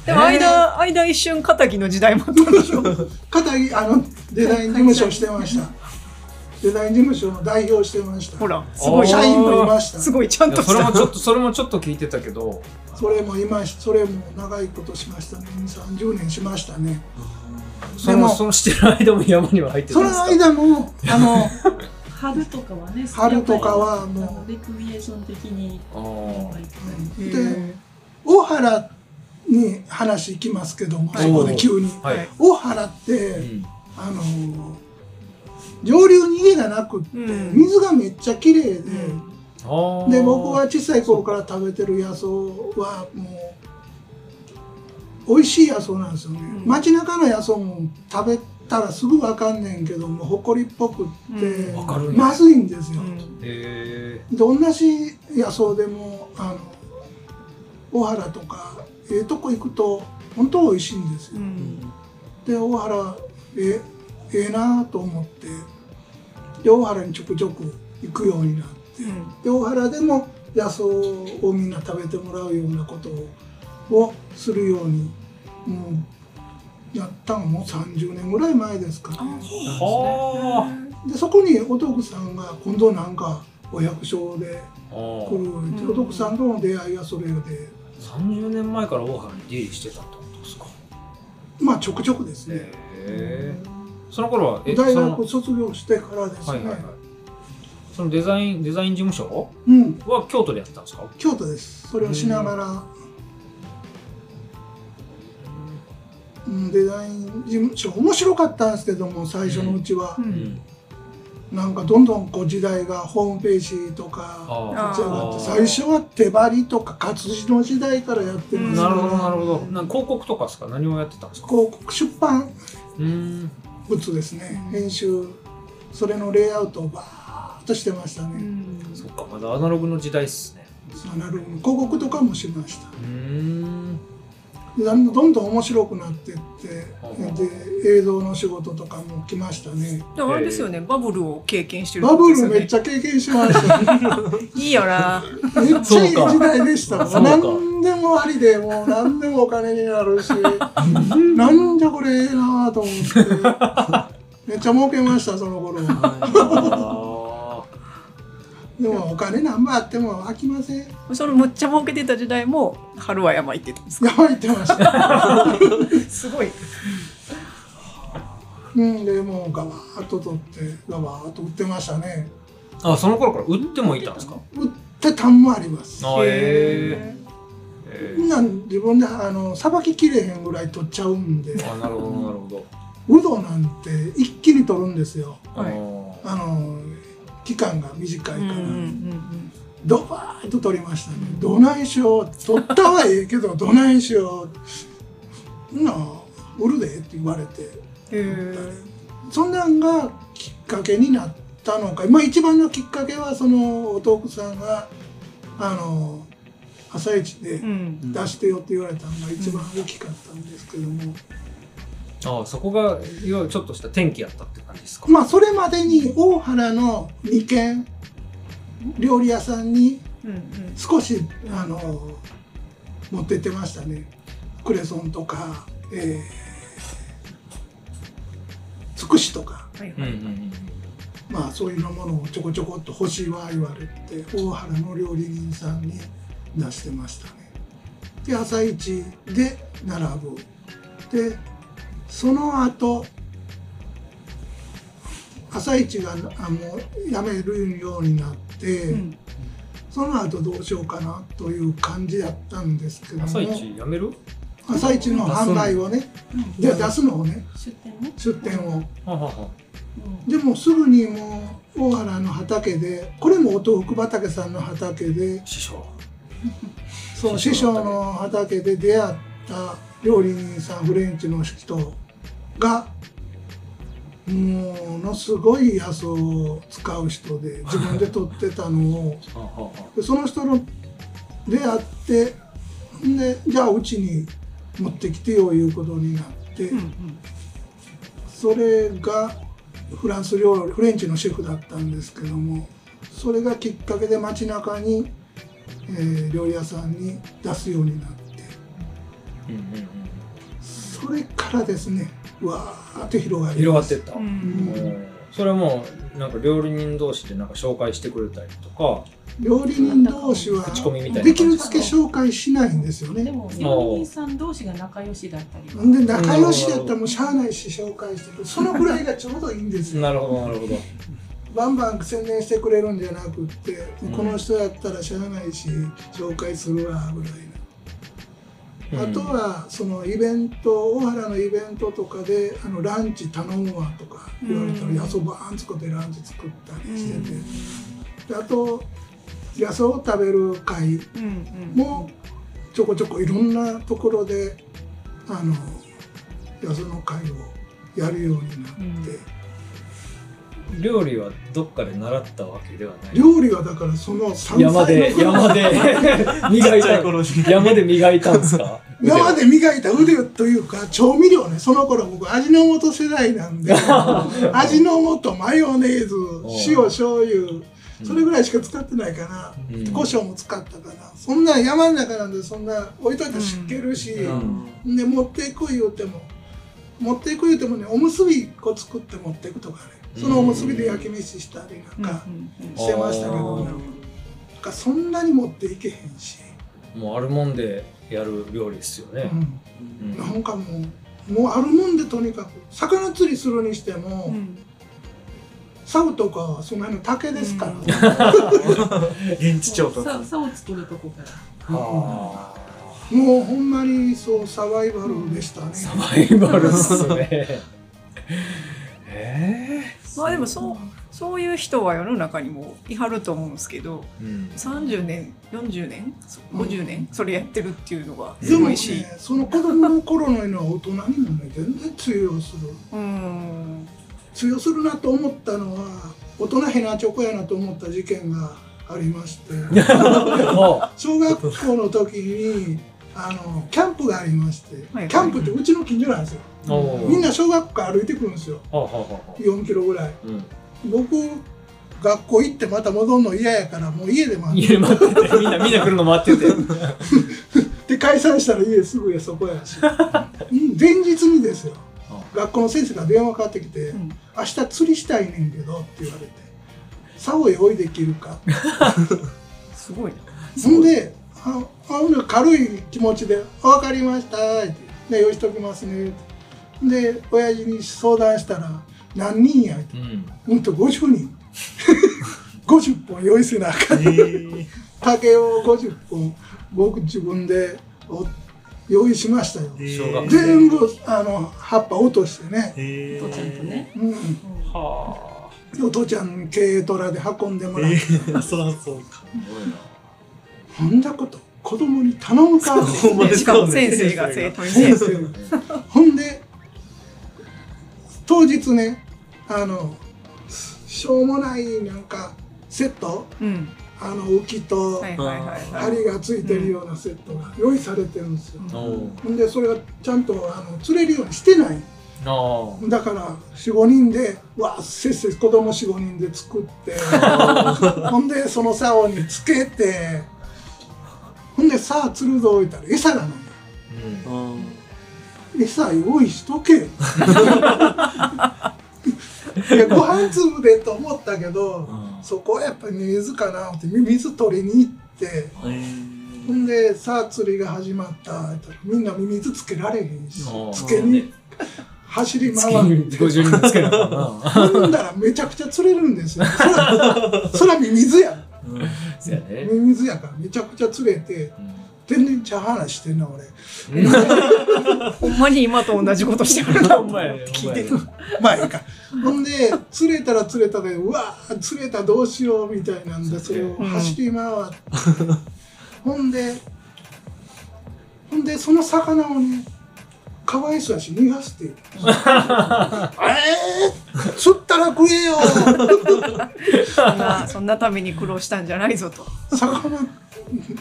[SPEAKER 3] でも間、間一瞬仇の時代もあったでしょ。
[SPEAKER 4] 片木あのデザイン事務所してましたデザイン事務所の代表してました
[SPEAKER 3] ほら、すごい。
[SPEAKER 4] 社員もいました
[SPEAKER 3] すごい、ちゃ
[SPEAKER 2] い
[SPEAKER 3] ん
[SPEAKER 2] や
[SPEAKER 3] と
[SPEAKER 2] そ
[SPEAKER 3] し
[SPEAKER 2] れも
[SPEAKER 3] た。
[SPEAKER 2] ちょっとそれもちょっと聞いてたけど
[SPEAKER 4] それも今それも長いことしましたね30年しましたね
[SPEAKER 2] そ
[SPEAKER 4] で
[SPEAKER 2] の
[SPEAKER 4] も
[SPEAKER 2] そのしてる間も山には入ってた
[SPEAKER 4] そ
[SPEAKER 2] んで
[SPEAKER 4] の
[SPEAKER 2] すか
[SPEAKER 4] 間もあの
[SPEAKER 5] 春とかはね
[SPEAKER 4] 春とかはもう
[SPEAKER 5] やっぱりあのレクリエーション的に
[SPEAKER 2] あー
[SPEAKER 5] やっぱり行きたい
[SPEAKER 4] で大原に話行きますけども、
[SPEAKER 2] はい
[SPEAKER 4] そこで急に、
[SPEAKER 2] はい
[SPEAKER 3] はい
[SPEAKER 4] を払って、
[SPEAKER 2] うん
[SPEAKER 4] あの上流に家がなくって、
[SPEAKER 3] うん
[SPEAKER 4] 水がめっちゃ綺麗で、
[SPEAKER 2] あー
[SPEAKER 4] で僕が小さい頃から食べてる野草はもう美味しい野草なんですよね、
[SPEAKER 3] ん
[SPEAKER 4] 街中の野草も食べたらすぐ分かんねんけども埃っぽくって、
[SPEAKER 3] うん
[SPEAKER 2] わかるんや
[SPEAKER 4] まずいんですよ、
[SPEAKER 2] え
[SPEAKER 4] で同じ野草でもあの大原とかええとこ行くと本当美味しいんですよ、で大原えええなと思ってで大原にちょくちょく行くようになって、で大原でも野草をみんな食べてもらうようなことををするように、うん、やったのも30年ぐらい前ですかね。
[SPEAKER 2] ー、は
[SPEAKER 4] でそこにお徳さんが今度なんかお役所で
[SPEAKER 2] ああ
[SPEAKER 4] 来る、お徳さんとの出会いがそれで
[SPEAKER 2] 30年前から大原に出入りしてたってことですか
[SPEAKER 4] まあちょくちょくですね
[SPEAKER 2] へ。えその頃はえ
[SPEAKER 4] 大
[SPEAKER 2] その
[SPEAKER 4] 学卒業してからです
[SPEAKER 2] は
[SPEAKER 4] ね
[SPEAKER 2] い。はいはいそのデザインデザイン事務所
[SPEAKER 4] うん、
[SPEAKER 2] は京都でやってたんですか
[SPEAKER 4] 京都です。それをしながら、うん、デザイン事務所面白かったんですけども最初のうちは、
[SPEAKER 2] うん
[SPEAKER 4] なんかどんどんこう時代がホームページとか
[SPEAKER 2] あ
[SPEAKER 4] 立ち上がって
[SPEAKER 2] あ
[SPEAKER 4] 最初は手張りとか活字の時代からやって
[SPEAKER 2] あ
[SPEAKER 4] ます
[SPEAKER 2] な
[SPEAKER 4] から、
[SPEAKER 2] るほどなるほどなんか広告とかですか何をやってたんですか
[SPEAKER 4] 広告出版
[SPEAKER 2] うん
[SPEAKER 4] 物ですね編集それのレイアウトをバーっとしてましたね、
[SPEAKER 2] そっかまだアナログの時代っすね
[SPEAKER 4] そうなるほど広告とかもしました
[SPEAKER 2] うん
[SPEAKER 4] でだんだんどんどん面白くなってって
[SPEAKER 2] うん
[SPEAKER 4] で映像の仕事とかも来ましたね
[SPEAKER 3] でもあれですよね、バブルを経験してるって
[SPEAKER 4] バ
[SPEAKER 3] こと
[SPEAKER 4] ブ
[SPEAKER 3] です
[SPEAKER 4] ル
[SPEAKER 3] よね、
[SPEAKER 4] めっちゃ経験しましたね
[SPEAKER 3] いいよな。
[SPEAKER 4] めっちゃいい時代でした
[SPEAKER 2] そうか
[SPEAKER 4] 何でもありでもう何でもお金になるしなんじゃこれええなと思ってめっちゃ儲けましたその頃は
[SPEAKER 2] あ
[SPEAKER 4] でもお金何倍あっても飽きません
[SPEAKER 3] そのむっちゃ儲けてた時代も春は山行ってたんですか。
[SPEAKER 4] やばいってました。
[SPEAKER 3] すごい。
[SPEAKER 4] うん、でもうガバーッと取って、ガバーッと売ってましたね。
[SPEAKER 2] ーあその頃から売ってもいたんですか
[SPEAKER 4] 売ってたんもあります。
[SPEAKER 2] あへえ
[SPEAKER 4] みんな自分であのさばききれへんぐらい取っちゃうんで、
[SPEAKER 2] あなるほどなるほど
[SPEAKER 4] ウドなんて一気に取るんですよ。
[SPEAKER 2] あ
[SPEAKER 3] はい
[SPEAKER 2] ー
[SPEAKER 4] あの期間が短いから、
[SPEAKER 3] うんうんうん
[SPEAKER 4] ドバーッと取りましたね。どないしよう、取ったはええけ ど、どないしよう。なあ、売るでって言われて。
[SPEAKER 3] うん。へー
[SPEAKER 4] そんなんがきっかけになったのか、まあ、一番のきっかけはそのお豆腐さんが「あの朝一で
[SPEAKER 3] うん。
[SPEAKER 4] 出してよ」って言われたのが一番大きかったんですけども、
[SPEAKER 2] あーそこがいわゆるちょっとした転機やったって感じですか
[SPEAKER 4] まあそれまでに大原の2軒料理屋さんに
[SPEAKER 3] うんうん。
[SPEAKER 4] 少しあの持ってってましたねクレソンとか、えー、つくしとか。
[SPEAKER 3] はい
[SPEAKER 2] うん
[SPEAKER 3] は
[SPEAKER 2] うんう
[SPEAKER 3] い。
[SPEAKER 2] ん
[SPEAKER 4] まあそういうものをちょこちょこっと欲しいわ言われて大原の料理人さんに出してましたねで朝市で並ぶでその後朝市があもうやめるようになって、
[SPEAKER 3] ん
[SPEAKER 4] その後どうしようかなという感じだったんですけども
[SPEAKER 2] 朝一やめる
[SPEAKER 4] 朝市の販売をねで出すのをね
[SPEAKER 5] 出店ね。
[SPEAKER 4] 出店を
[SPEAKER 2] はあはあはあ
[SPEAKER 4] でもすぐにもう大原の畑でこれもお豆腐畑さんの畑で
[SPEAKER 2] 師匠
[SPEAKER 4] その師匠の畑で出会った料理人さんフレンチの人がものすごい野草を使う人で自分で取ってたのを
[SPEAKER 2] はあはあはあ
[SPEAKER 4] でその人の出会ってんでじゃあうちに持ってきてよいうことになって、それがフランス料理フレンチのシェフだったんですけどもそれがきっかけで街中に、えー料理屋さんに出すようになって
[SPEAKER 2] うんうんうん
[SPEAKER 4] それからですねわーって広がり
[SPEAKER 2] 広がってった、
[SPEAKER 3] う。
[SPEAKER 4] うんん
[SPEAKER 2] それはもうなんか料理人同士でなんか紹介してくれたりとか
[SPEAKER 4] 料理人同士は
[SPEAKER 2] 口コミみたいな
[SPEAKER 4] できるだけ紹介しないんですよ
[SPEAKER 5] で
[SPEAKER 4] ね
[SPEAKER 5] も料理人さん同士が仲良しだったり。
[SPEAKER 4] で仲良しだったらもうしゃあないし紹介してくれるそのぐらいがちょうどいいんですよ
[SPEAKER 2] なるほどなるほど
[SPEAKER 4] バンバン宣伝してくれるんじゃなくって、
[SPEAKER 2] うん
[SPEAKER 4] この人やったらしゃあないし紹介するわぐらいな
[SPEAKER 2] うん
[SPEAKER 4] あとはそのイベント大原のイベントとかであのランチ頼むわとか言われたら、
[SPEAKER 3] うん
[SPEAKER 4] 野草バーン作ってランチ作ったりしてて、であと野草を食べる会
[SPEAKER 3] うん
[SPEAKER 4] もちょこちょこいろんなところであの野草の会をやるようになって、
[SPEAKER 2] 料理はどっかで習ったわけではない
[SPEAKER 4] 料理はだからその山
[SPEAKER 2] 山で山で磨
[SPEAKER 6] ちっ
[SPEAKER 2] い
[SPEAKER 6] ちゃ
[SPEAKER 2] た
[SPEAKER 6] い頃に。
[SPEAKER 2] 山で磨いたんですか
[SPEAKER 4] 生で磨いた腕というか調味料ねその頃僕味の素世代な んで味の素マヨネーズ塩醤油それぐらいしか使ってないから、
[SPEAKER 2] うん
[SPEAKER 4] 胡椒も使ったからそんな山の中なんでそんな置いといたら湿気るし、
[SPEAKER 6] うん
[SPEAKER 4] で持っていく言うても持っていく言うてもねおむすびこう作って持っていくとかねそのおむすびで焼き飯したりなんかしてましたけど、
[SPEAKER 2] うん
[SPEAKER 4] なんかそんなに持っていけへんし、
[SPEAKER 2] もうあるもんでやる料理ですよね
[SPEAKER 4] う、ん
[SPEAKER 2] うん
[SPEAKER 4] なんかもうもうあるもんでとにかく魚釣りするにしても、サウとかはその辺の竹ですから、
[SPEAKER 6] 現地調達。
[SPEAKER 5] ささを作るとこから。
[SPEAKER 2] あ
[SPEAKER 4] もうほんまにそうサバイバルでしたね、
[SPEAKER 2] ーサバイバルっすねえ
[SPEAKER 3] まあでもそうそういう人は世の中にもいはると思うんですけど
[SPEAKER 2] えうん
[SPEAKER 3] 30年40年50年それやってるっていうのが
[SPEAKER 4] ですも
[SPEAKER 3] ごい
[SPEAKER 4] ね
[SPEAKER 3] し
[SPEAKER 4] その子供の頃ののは大人にもね全然通用する
[SPEAKER 3] うん
[SPEAKER 4] 通用するなと思ったのは大人へなチョコやなと思った事件がありまして
[SPEAKER 2] あ
[SPEAKER 4] 小学校の時にあのキャンプがありまして、
[SPEAKER 3] はい
[SPEAKER 4] キャンプってうちの近所なんですよ、
[SPEAKER 2] おう
[SPEAKER 4] みんな小学校から歩いてくるんですよ
[SPEAKER 2] はあはあはあはあ
[SPEAKER 4] 4キロぐらい
[SPEAKER 2] うん
[SPEAKER 4] 僕学校行ってまた戻るの嫌やからもう家で待って
[SPEAKER 2] 家待っててみんなみんな来るの待ってて
[SPEAKER 4] で解散したら家すぐやそこやし うん前日にですよ
[SPEAKER 2] あ
[SPEAKER 4] 学校の先生が電話かかってきて「
[SPEAKER 3] ん
[SPEAKER 4] 明日釣りしたいねんけど」って言われて「サオ用意できるか?
[SPEAKER 3] すごいな」
[SPEAKER 4] ほんでああほんで軽い気持ちで「分かりました」って「で用意しときますね」ってで親父に相談したら「何人や?」って
[SPEAKER 2] うん
[SPEAKER 4] 「うんと50人 50本用意せなあかん」
[SPEAKER 6] えー
[SPEAKER 4] 竹を50本僕自分でお用意しましたよ
[SPEAKER 2] 小学生
[SPEAKER 4] 全部あの葉っぱ落としてね、
[SPEAKER 6] え
[SPEAKER 5] お父ちゃんと
[SPEAKER 6] ー。
[SPEAKER 5] ね。
[SPEAKER 4] うん、
[SPEAKER 2] はあ
[SPEAKER 4] でお父ちゃん軽トラで運んでもらっ
[SPEAKER 6] え
[SPEAKER 4] て、
[SPEAKER 6] ー、そらそうか。
[SPEAKER 2] すごいな
[SPEAKER 4] こんなこと子供に頼むか
[SPEAKER 6] ほんまに
[SPEAKER 3] しか
[SPEAKER 6] そう
[SPEAKER 3] も
[SPEAKER 6] ね
[SPEAKER 3] 先生が生徒にね
[SPEAKER 4] 先生ほんで当日ねあのしょうもないなんかセット
[SPEAKER 3] うん
[SPEAKER 4] あの浮きと
[SPEAKER 3] はいはいはいはい
[SPEAKER 4] 針がついてるようなセットが用意されてるんですよ、
[SPEAKER 2] おう
[SPEAKER 4] ほんでそれがちゃんとあの釣れるようにしてない
[SPEAKER 2] ああ
[SPEAKER 4] だから45人でわあせっせ子供45人で作って ほんでその竿につけてほんでさあ釣るぞ置いたら餌がない
[SPEAKER 2] うん
[SPEAKER 6] うん
[SPEAKER 4] 餌用意しとけ いやご飯粒でと思ったけど
[SPEAKER 2] うん
[SPEAKER 4] そこはやっぱり水かなって水取りに行って
[SPEAKER 6] えー
[SPEAKER 4] ほんでさあ釣りが始まった言ったらみんな水つけられへんし
[SPEAKER 2] ああ
[SPEAKER 4] つけに走り
[SPEAKER 2] 月
[SPEAKER 4] 回って
[SPEAKER 2] に50人つけなあかん な
[SPEAKER 4] 飲んだらめちゃくちゃ釣れるんですよ。そら、そらミミズや。
[SPEAKER 2] そうやね
[SPEAKER 4] ミミズやからめちゃくちゃ釣れて、全然茶話してんな俺。
[SPEAKER 3] ほんまに今と同じことしてるな
[SPEAKER 2] ほんまやね
[SPEAKER 3] 聞いてる
[SPEAKER 2] ほんま
[SPEAKER 4] まあいいか。 ほんで、釣れたら釣れたで、うわー釣れたどうしようみたいなんで、それを走り回って。ほんで、ほんで、その魚をね、かわいそうやし、逃がして。 えー、釣ったら食えよ
[SPEAKER 3] そんなそんなために苦労したんじゃないぞと
[SPEAKER 4] 魚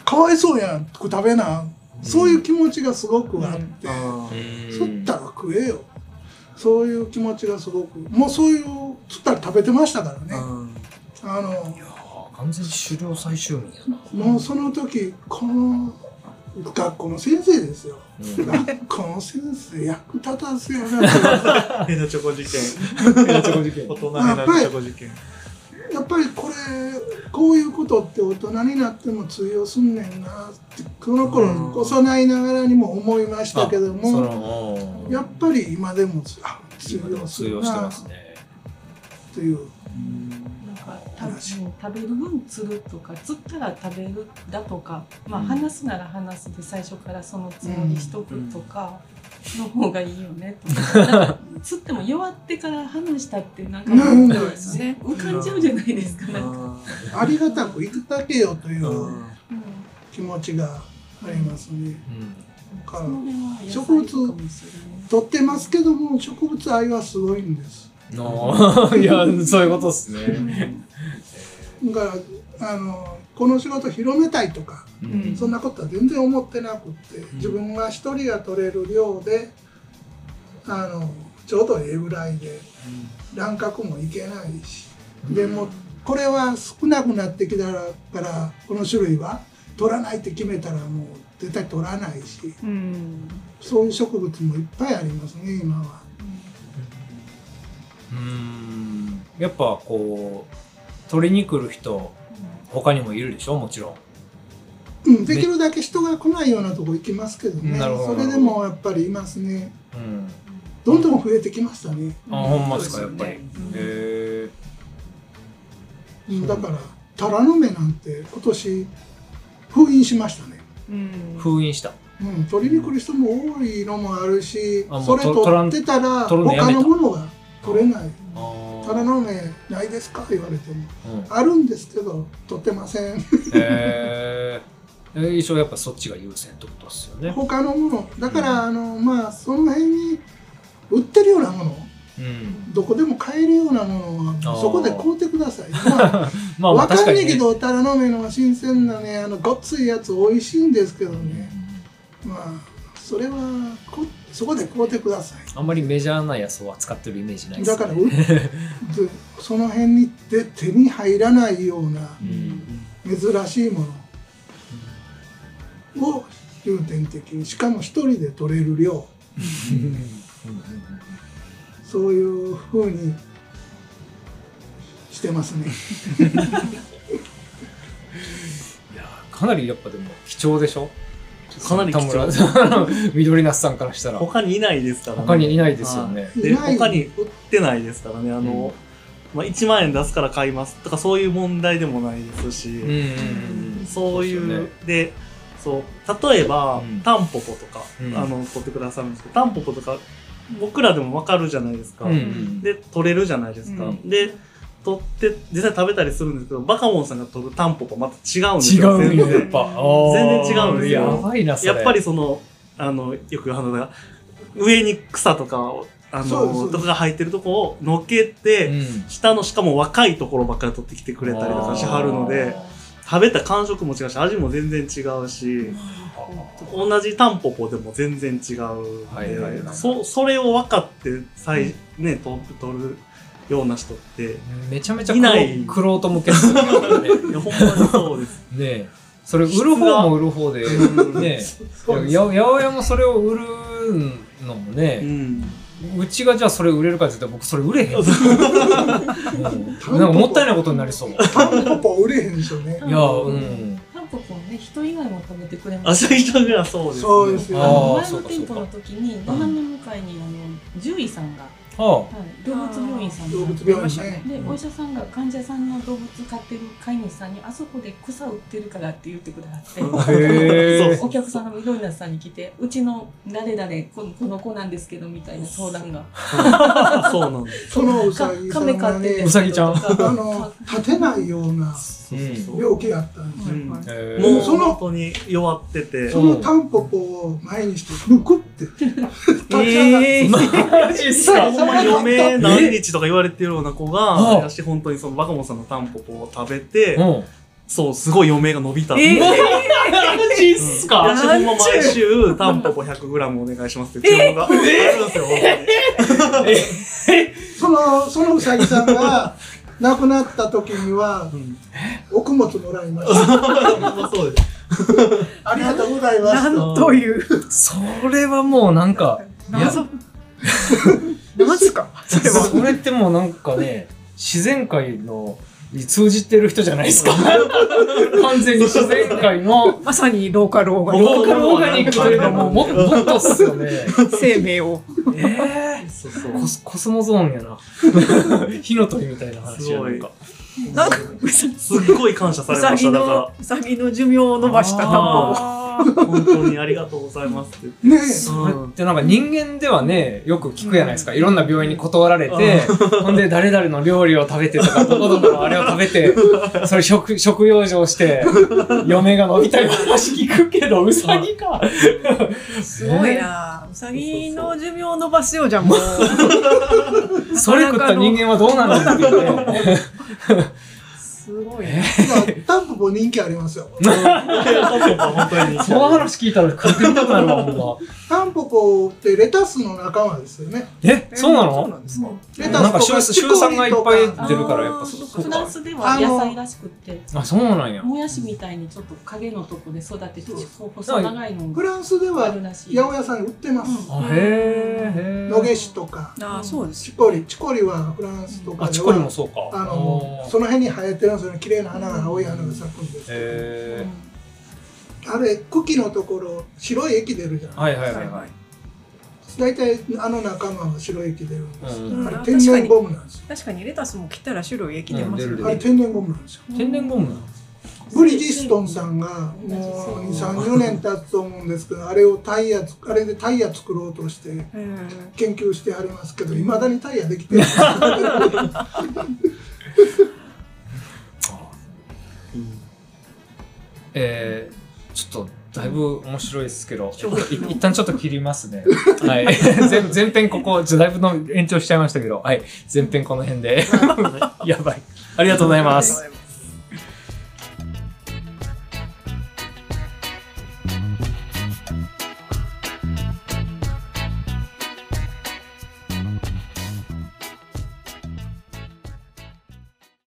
[SPEAKER 4] かわいそうやんこれ食べなそういう気持ちがすごくあって、
[SPEAKER 6] あー
[SPEAKER 2] や
[SPEAKER 4] 釣ったら食えよそういう気持ちがすごくもうそういう釣ったら食べてましたからね、
[SPEAKER 6] うん
[SPEAKER 4] あの
[SPEAKER 2] あ完全に狩猟採集民やな
[SPEAKER 4] もうその時この学校の先生ですよ、
[SPEAKER 2] うん
[SPEAKER 4] 学校の先生役立たずやな
[SPEAKER 6] 変なチョコ事件。大人変なチョコ事件。
[SPEAKER 4] やっぱりこれこういうことって大人になっても通用すんねんなってこの頃幼いながらにも思いましたけども
[SPEAKER 2] その
[SPEAKER 4] やっぱり今でもあ通
[SPEAKER 2] 今でも
[SPEAKER 4] 用す
[SPEAKER 2] 通
[SPEAKER 4] る
[SPEAKER 2] 用して
[SPEAKER 4] な
[SPEAKER 2] ますね
[SPEAKER 4] という
[SPEAKER 5] なんか多分
[SPEAKER 4] 話。
[SPEAKER 5] うん食べる分釣るとか釣ったら食べるだとか、まあ、
[SPEAKER 2] うん
[SPEAKER 5] 話すなら話すで最初からそのつもりしとくとかの方がいいよねとかなんか釣っても弱ってから話したってなんか
[SPEAKER 4] うん
[SPEAKER 5] そうですね浮かんじゃうじゃないですか。なんか
[SPEAKER 6] あ
[SPEAKER 4] ありがたくいただけよとい
[SPEAKER 6] ー
[SPEAKER 4] う
[SPEAKER 5] うん
[SPEAKER 4] 気持ちがありますね。か
[SPEAKER 5] その辺は野菜
[SPEAKER 4] 植物
[SPEAKER 5] とかもするね
[SPEAKER 4] 取ってますけども植物愛はすごいんです。
[SPEAKER 2] うん。いや、そういうことですね。
[SPEAKER 4] だからあのこの仕事広めたいとか
[SPEAKER 2] うん
[SPEAKER 4] そんなことは全然思ってなくって、自分が一人が取れる量であのちょうどええぐらいで乱獲もいけないしでもうこれは少なくなってきたからこの種類は取らないって決めたらもう絶対取らないし
[SPEAKER 3] うん
[SPEAKER 4] そういう植物もいっぱいありますね今は。
[SPEAKER 2] うん。やっぱこう、取りに来る人、他にもいるでしょもちろん。
[SPEAKER 4] うん、できるだけ人が来ないようなとこ行きますけどね
[SPEAKER 2] なるほ
[SPEAKER 4] そ
[SPEAKER 2] ど
[SPEAKER 4] れでもやっぱりいますね
[SPEAKER 2] うん。
[SPEAKER 4] どんどん増えてきましたね。
[SPEAKER 2] あ、ほんまですか、やっぱり。へ
[SPEAKER 3] う
[SPEAKER 2] え。
[SPEAKER 4] うんだからタラの芽なんて今年封印しましたね、
[SPEAKER 3] うん
[SPEAKER 2] 封印した。
[SPEAKER 4] うん、取りに来る人も多いのもあるし
[SPEAKER 2] あもう
[SPEAKER 4] それ
[SPEAKER 2] と取らん
[SPEAKER 4] 取ってたら
[SPEAKER 2] 取るのや
[SPEAKER 4] 他
[SPEAKER 2] めた
[SPEAKER 4] のものが取れない
[SPEAKER 2] あ
[SPEAKER 4] タラの芽ないですか言われても
[SPEAKER 2] ーうん
[SPEAKER 4] あるんですけど取ってませ
[SPEAKER 2] へ
[SPEAKER 4] ん
[SPEAKER 2] えー、一応やっぱそっちが優先ってことですよね。
[SPEAKER 4] 他のものだからあのまあその辺に売ってるようなもの
[SPEAKER 2] うん。
[SPEAKER 4] どこでも買えるようなもの
[SPEAKER 2] あ
[SPEAKER 4] は
[SPEAKER 2] ー
[SPEAKER 4] そこで買うてください、まあ、
[SPEAKER 2] まあまあ確
[SPEAKER 4] 分か
[SPEAKER 2] か
[SPEAKER 4] ん
[SPEAKER 2] に、
[SPEAKER 4] ね
[SPEAKER 2] ね。
[SPEAKER 4] えけどタラの芽の新鮮なねあのごっついやつ美味しいんですけどね、まあそれはこそこで買うてくださ
[SPEAKER 2] あんまりメジャーな野草は使ってるイメージない
[SPEAKER 4] い
[SPEAKER 2] ですね。
[SPEAKER 4] だからうでその辺にで手に入らないような
[SPEAKER 2] うん。
[SPEAKER 4] 珍しいものを重点的にしかも一人で取れる量そういうふうにしてますね
[SPEAKER 2] いやーかなりやっぱでも貴重でしょ
[SPEAKER 6] かなり貴重。
[SPEAKER 2] 田村 緑那須さんからしたら。
[SPEAKER 6] 他にいないですからね。
[SPEAKER 2] 他にいないですよ
[SPEAKER 6] はい。
[SPEAKER 2] ね。
[SPEAKER 6] で
[SPEAKER 4] いない
[SPEAKER 6] 他に売ってないですからね。あの、まあ、1万円出すから買いますとかそういう問題でもないですし。
[SPEAKER 2] うんうんうん。
[SPEAKER 6] そうい
[SPEAKER 2] そ
[SPEAKER 6] う
[SPEAKER 2] うっすよね
[SPEAKER 6] でそう例えば、
[SPEAKER 2] うん
[SPEAKER 6] タンポポとか、
[SPEAKER 2] うん
[SPEAKER 6] あの取ってくださるんですけどタンポポとか僕らでも分かるじゃないですか、
[SPEAKER 2] うんうん。
[SPEAKER 6] で取れるじゃないですか、
[SPEAKER 2] うん
[SPEAKER 6] で取って実際食べたりするんですけどバカモンさんが取るタンポポまた違うんですよ
[SPEAKER 2] 違うんよ、
[SPEAKER 6] 全
[SPEAKER 2] やっ
[SPEAKER 6] 然
[SPEAKER 2] ぱ。あー
[SPEAKER 6] 全然違うんですよ
[SPEAKER 2] やばいな、それ。
[SPEAKER 6] やっぱりそのあのよく言う話が上に草とかをあ
[SPEAKER 4] そうですそうで
[SPEAKER 6] の
[SPEAKER 4] す
[SPEAKER 6] とかが入ってるとこをのっけ
[SPEAKER 2] う
[SPEAKER 6] て、
[SPEAKER 2] ん、
[SPEAKER 6] 下のしかも若いところばっかり取ってきてくれたりとかしはるので食べた感触も違うし味も全然違うし、
[SPEAKER 2] あー。
[SPEAKER 6] 同じタンポポでも全然違うので、
[SPEAKER 2] はいはいはい
[SPEAKER 6] そそれを分かってさい、ね、と取るような人ってい
[SPEAKER 2] めちゃめちゃ
[SPEAKER 6] いない
[SPEAKER 2] くろと向けですね。
[SPEAKER 6] やほんまにそうです
[SPEAKER 2] ねえそれ売る方も売る方で ねえや八百屋もそれを売るのも
[SPEAKER 6] う
[SPEAKER 2] ね、
[SPEAKER 6] ん
[SPEAKER 2] うちがじゃあそれ売れるかって言ったら僕それ売れへん、うんなんかもったいないことになりそうい
[SPEAKER 4] タンポポ売れへんでしょね
[SPEAKER 5] タン
[SPEAKER 2] や
[SPEAKER 5] ポポ
[SPEAKER 2] うん
[SPEAKER 5] タンポポね人以外も食べてくれま
[SPEAKER 6] あ
[SPEAKER 5] す
[SPEAKER 6] そういう人がそうですね
[SPEAKER 4] そうです
[SPEAKER 5] あ
[SPEAKER 4] よ
[SPEAKER 5] の
[SPEAKER 2] あー
[SPEAKER 5] 前
[SPEAKER 2] そう
[SPEAKER 5] の
[SPEAKER 2] かそう
[SPEAKER 5] 店
[SPEAKER 2] か
[SPEAKER 5] 舗の時に斜め向かいにあの獣医さんが、は、
[SPEAKER 2] はい
[SPEAKER 5] 動物病院さんが
[SPEAKER 4] 動物病院ね
[SPEAKER 5] でお医者さんが患者さんの動物飼ってる飼い主さんに「あそこで草売ってるから」って言ってくださって
[SPEAKER 2] あへえ
[SPEAKER 5] お客さんが緑なさんに来て「うちの誰々このこの子なんですけど」みたいな相談が
[SPEAKER 6] うん そうなんです
[SPEAKER 4] その
[SPEAKER 5] 「
[SPEAKER 4] う
[SPEAKER 5] か
[SPEAKER 4] さぎさ
[SPEAKER 5] 亀
[SPEAKER 4] ん
[SPEAKER 5] 飼
[SPEAKER 4] が
[SPEAKER 5] ってて
[SPEAKER 4] ね
[SPEAKER 2] うさぎちゃん
[SPEAKER 5] と
[SPEAKER 4] あ
[SPEAKER 5] か
[SPEAKER 4] の立てないような
[SPEAKER 6] そうそうそう
[SPEAKER 4] 病気があったんですよ、
[SPEAKER 6] うん
[SPEAKER 2] へえ
[SPEAKER 6] もう
[SPEAKER 4] その
[SPEAKER 6] 本当に弱ってて
[SPEAKER 4] そのタンポポを前にしてふくって立ち上がって
[SPEAKER 3] えー
[SPEAKER 2] マジっすか
[SPEAKER 6] ほんまに余命何日とか言われてるような子
[SPEAKER 2] は
[SPEAKER 6] が
[SPEAKER 2] あ
[SPEAKER 6] 私本当にそのバカモンさんのタンポポを食べて、
[SPEAKER 2] うん
[SPEAKER 6] そうすごい余命が伸びたっていう
[SPEAKER 3] えー
[SPEAKER 2] マジっすか
[SPEAKER 6] 私ほんま毎週タンポポ 100g お願いしますって注文があるんですよ、
[SPEAKER 4] そのそのうさぎさんが亡くなった時には
[SPEAKER 6] うん
[SPEAKER 4] 奥物もらいました
[SPEAKER 6] そうです
[SPEAKER 4] ありがとうございます
[SPEAKER 3] なんという
[SPEAKER 2] それはもうなんかい や
[SPEAKER 3] 謎何すかそれは
[SPEAKER 2] それってもうなんかね自然界のに通じてる人じゃない ですか完全に自然界の
[SPEAKER 3] まさにローカルオーガニ
[SPEAKER 2] ローカルオーガニックというかもうももっとっすよね
[SPEAKER 3] ック生命を
[SPEAKER 2] ええ
[SPEAKER 6] そうそう
[SPEAKER 2] コスコスモゾーンやな火の鳥みたいな話やなんか
[SPEAKER 3] なんかうさ
[SPEAKER 6] すっごい感謝さ
[SPEAKER 3] う
[SPEAKER 6] れ
[SPEAKER 3] さ
[SPEAKER 6] まし
[SPEAKER 3] ぎ
[SPEAKER 6] ただか
[SPEAKER 3] のうさぎの寿命を伸ばした卵
[SPEAKER 2] あー
[SPEAKER 6] ら本当にありがとうございますって
[SPEAKER 4] ね
[SPEAKER 2] それってなんか人間ではね、よく聞くじゃないですか。いろんな病院に断られて、 ほんで誰々の料理を食べてとか、どこどこのあれを食べて、それ食、食養生して、嫁が伸びたい話聞くけど、うさぎか。
[SPEAKER 3] すごいなうさぎの寿命を伸ばすよじゃんもう
[SPEAKER 2] それ食った人間はどうなるんだっていうね。
[SPEAKER 3] すごい
[SPEAKER 2] え
[SPEAKER 3] ね
[SPEAKER 4] えタンポポ人気ありますよ
[SPEAKER 6] 本当に
[SPEAKER 2] その話聞いたら食ってみたくなるわ、ほんま。
[SPEAKER 4] タンポポってレタスの仲間ですよね
[SPEAKER 2] え、そうな
[SPEAKER 3] そう
[SPEAKER 2] の
[SPEAKER 3] なんですか
[SPEAKER 4] レ
[SPEAKER 2] なん
[SPEAKER 4] タ
[SPEAKER 2] か
[SPEAKER 4] スと
[SPEAKER 2] 週
[SPEAKER 4] か
[SPEAKER 2] 週3がいっぱい
[SPEAKER 4] チコリとか
[SPEAKER 2] 出るからやっぱそう
[SPEAKER 5] あーフランスでは
[SPEAKER 4] あの
[SPEAKER 5] 野菜らしくって
[SPEAKER 2] あ、そうなんや。
[SPEAKER 5] もやしみたいにちょっと影のとこで育てて細長いの
[SPEAKER 4] フ
[SPEAKER 5] が
[SPEAKER 4] ランスで
[SPEAKER 5] あ
[SPEAKER 4] は
[SPEAKER 5] るらしい
[SPEAKER 4] 八百屋さんに売ってます
[SPEAKER 2] あ、へえ。
[SPEAKER 4] 野毛市とか
[SPEAKER 3] ああそうです
[SPEAKER 4] チコリチコリはフランスとか
[SPEAKER 2] あ、
[SPEAKER 4] で
[SPEAKER 2] チコリも
[SPEAKER 4] は
[SPEAKER 2] そうか。
[SPEAKER 4] あの
[SPEAKER 2] あー
[SPEAKER 4] その辺に生えてるんですよね綺麗な花が青い花が咲くんですけ
[SPEAKER 2] へ
[SPEAKER 4] ど
[SPEAKER 2] え。
[SPEAKER 4] あれ茎のところ白い液出るじゃない
[SPEAKER 2] はいはいはいはい。
[SPEAKER 4] 大体あの仲間は白い液出るんです
[SPEAKER 2] う
[SPEAKER 4] よ
[SPEAKER 2] ん
[SPEAKER 4] あれ天然ゴムなんですよ
[SPEAKER 3] 確かにレタスも切ったら種類液出ますよ
[SPEAKER 2] うん出る
[SPEAKER 4] あれ
[SPEAKER 3] ね
[SPEAKER 4] 天然ゴムなんですよ
[SPEAKER 2] 天然ゴムなの
[SPEAKER 4] ブリヂストンさんがもう30年経つと思うんですけどあれをタイヤつあれでタイヤ作ろうとして
[SPEAKER 3] うん
[SPEAKER 4] 研究してありますけどいまだにタイヤ できてる
[SPEAKER 2] えー、ちょっとだいぶ面白いです けど、
[SPEAKER 3] 衝撃の
[SPEAKER 2] い一旦ちょっと切りますね。 はい。前前編ここ、ちょだい ぶの延長しちゃいましたけど、はい。前編この辺で。やばい。ありがとうございます。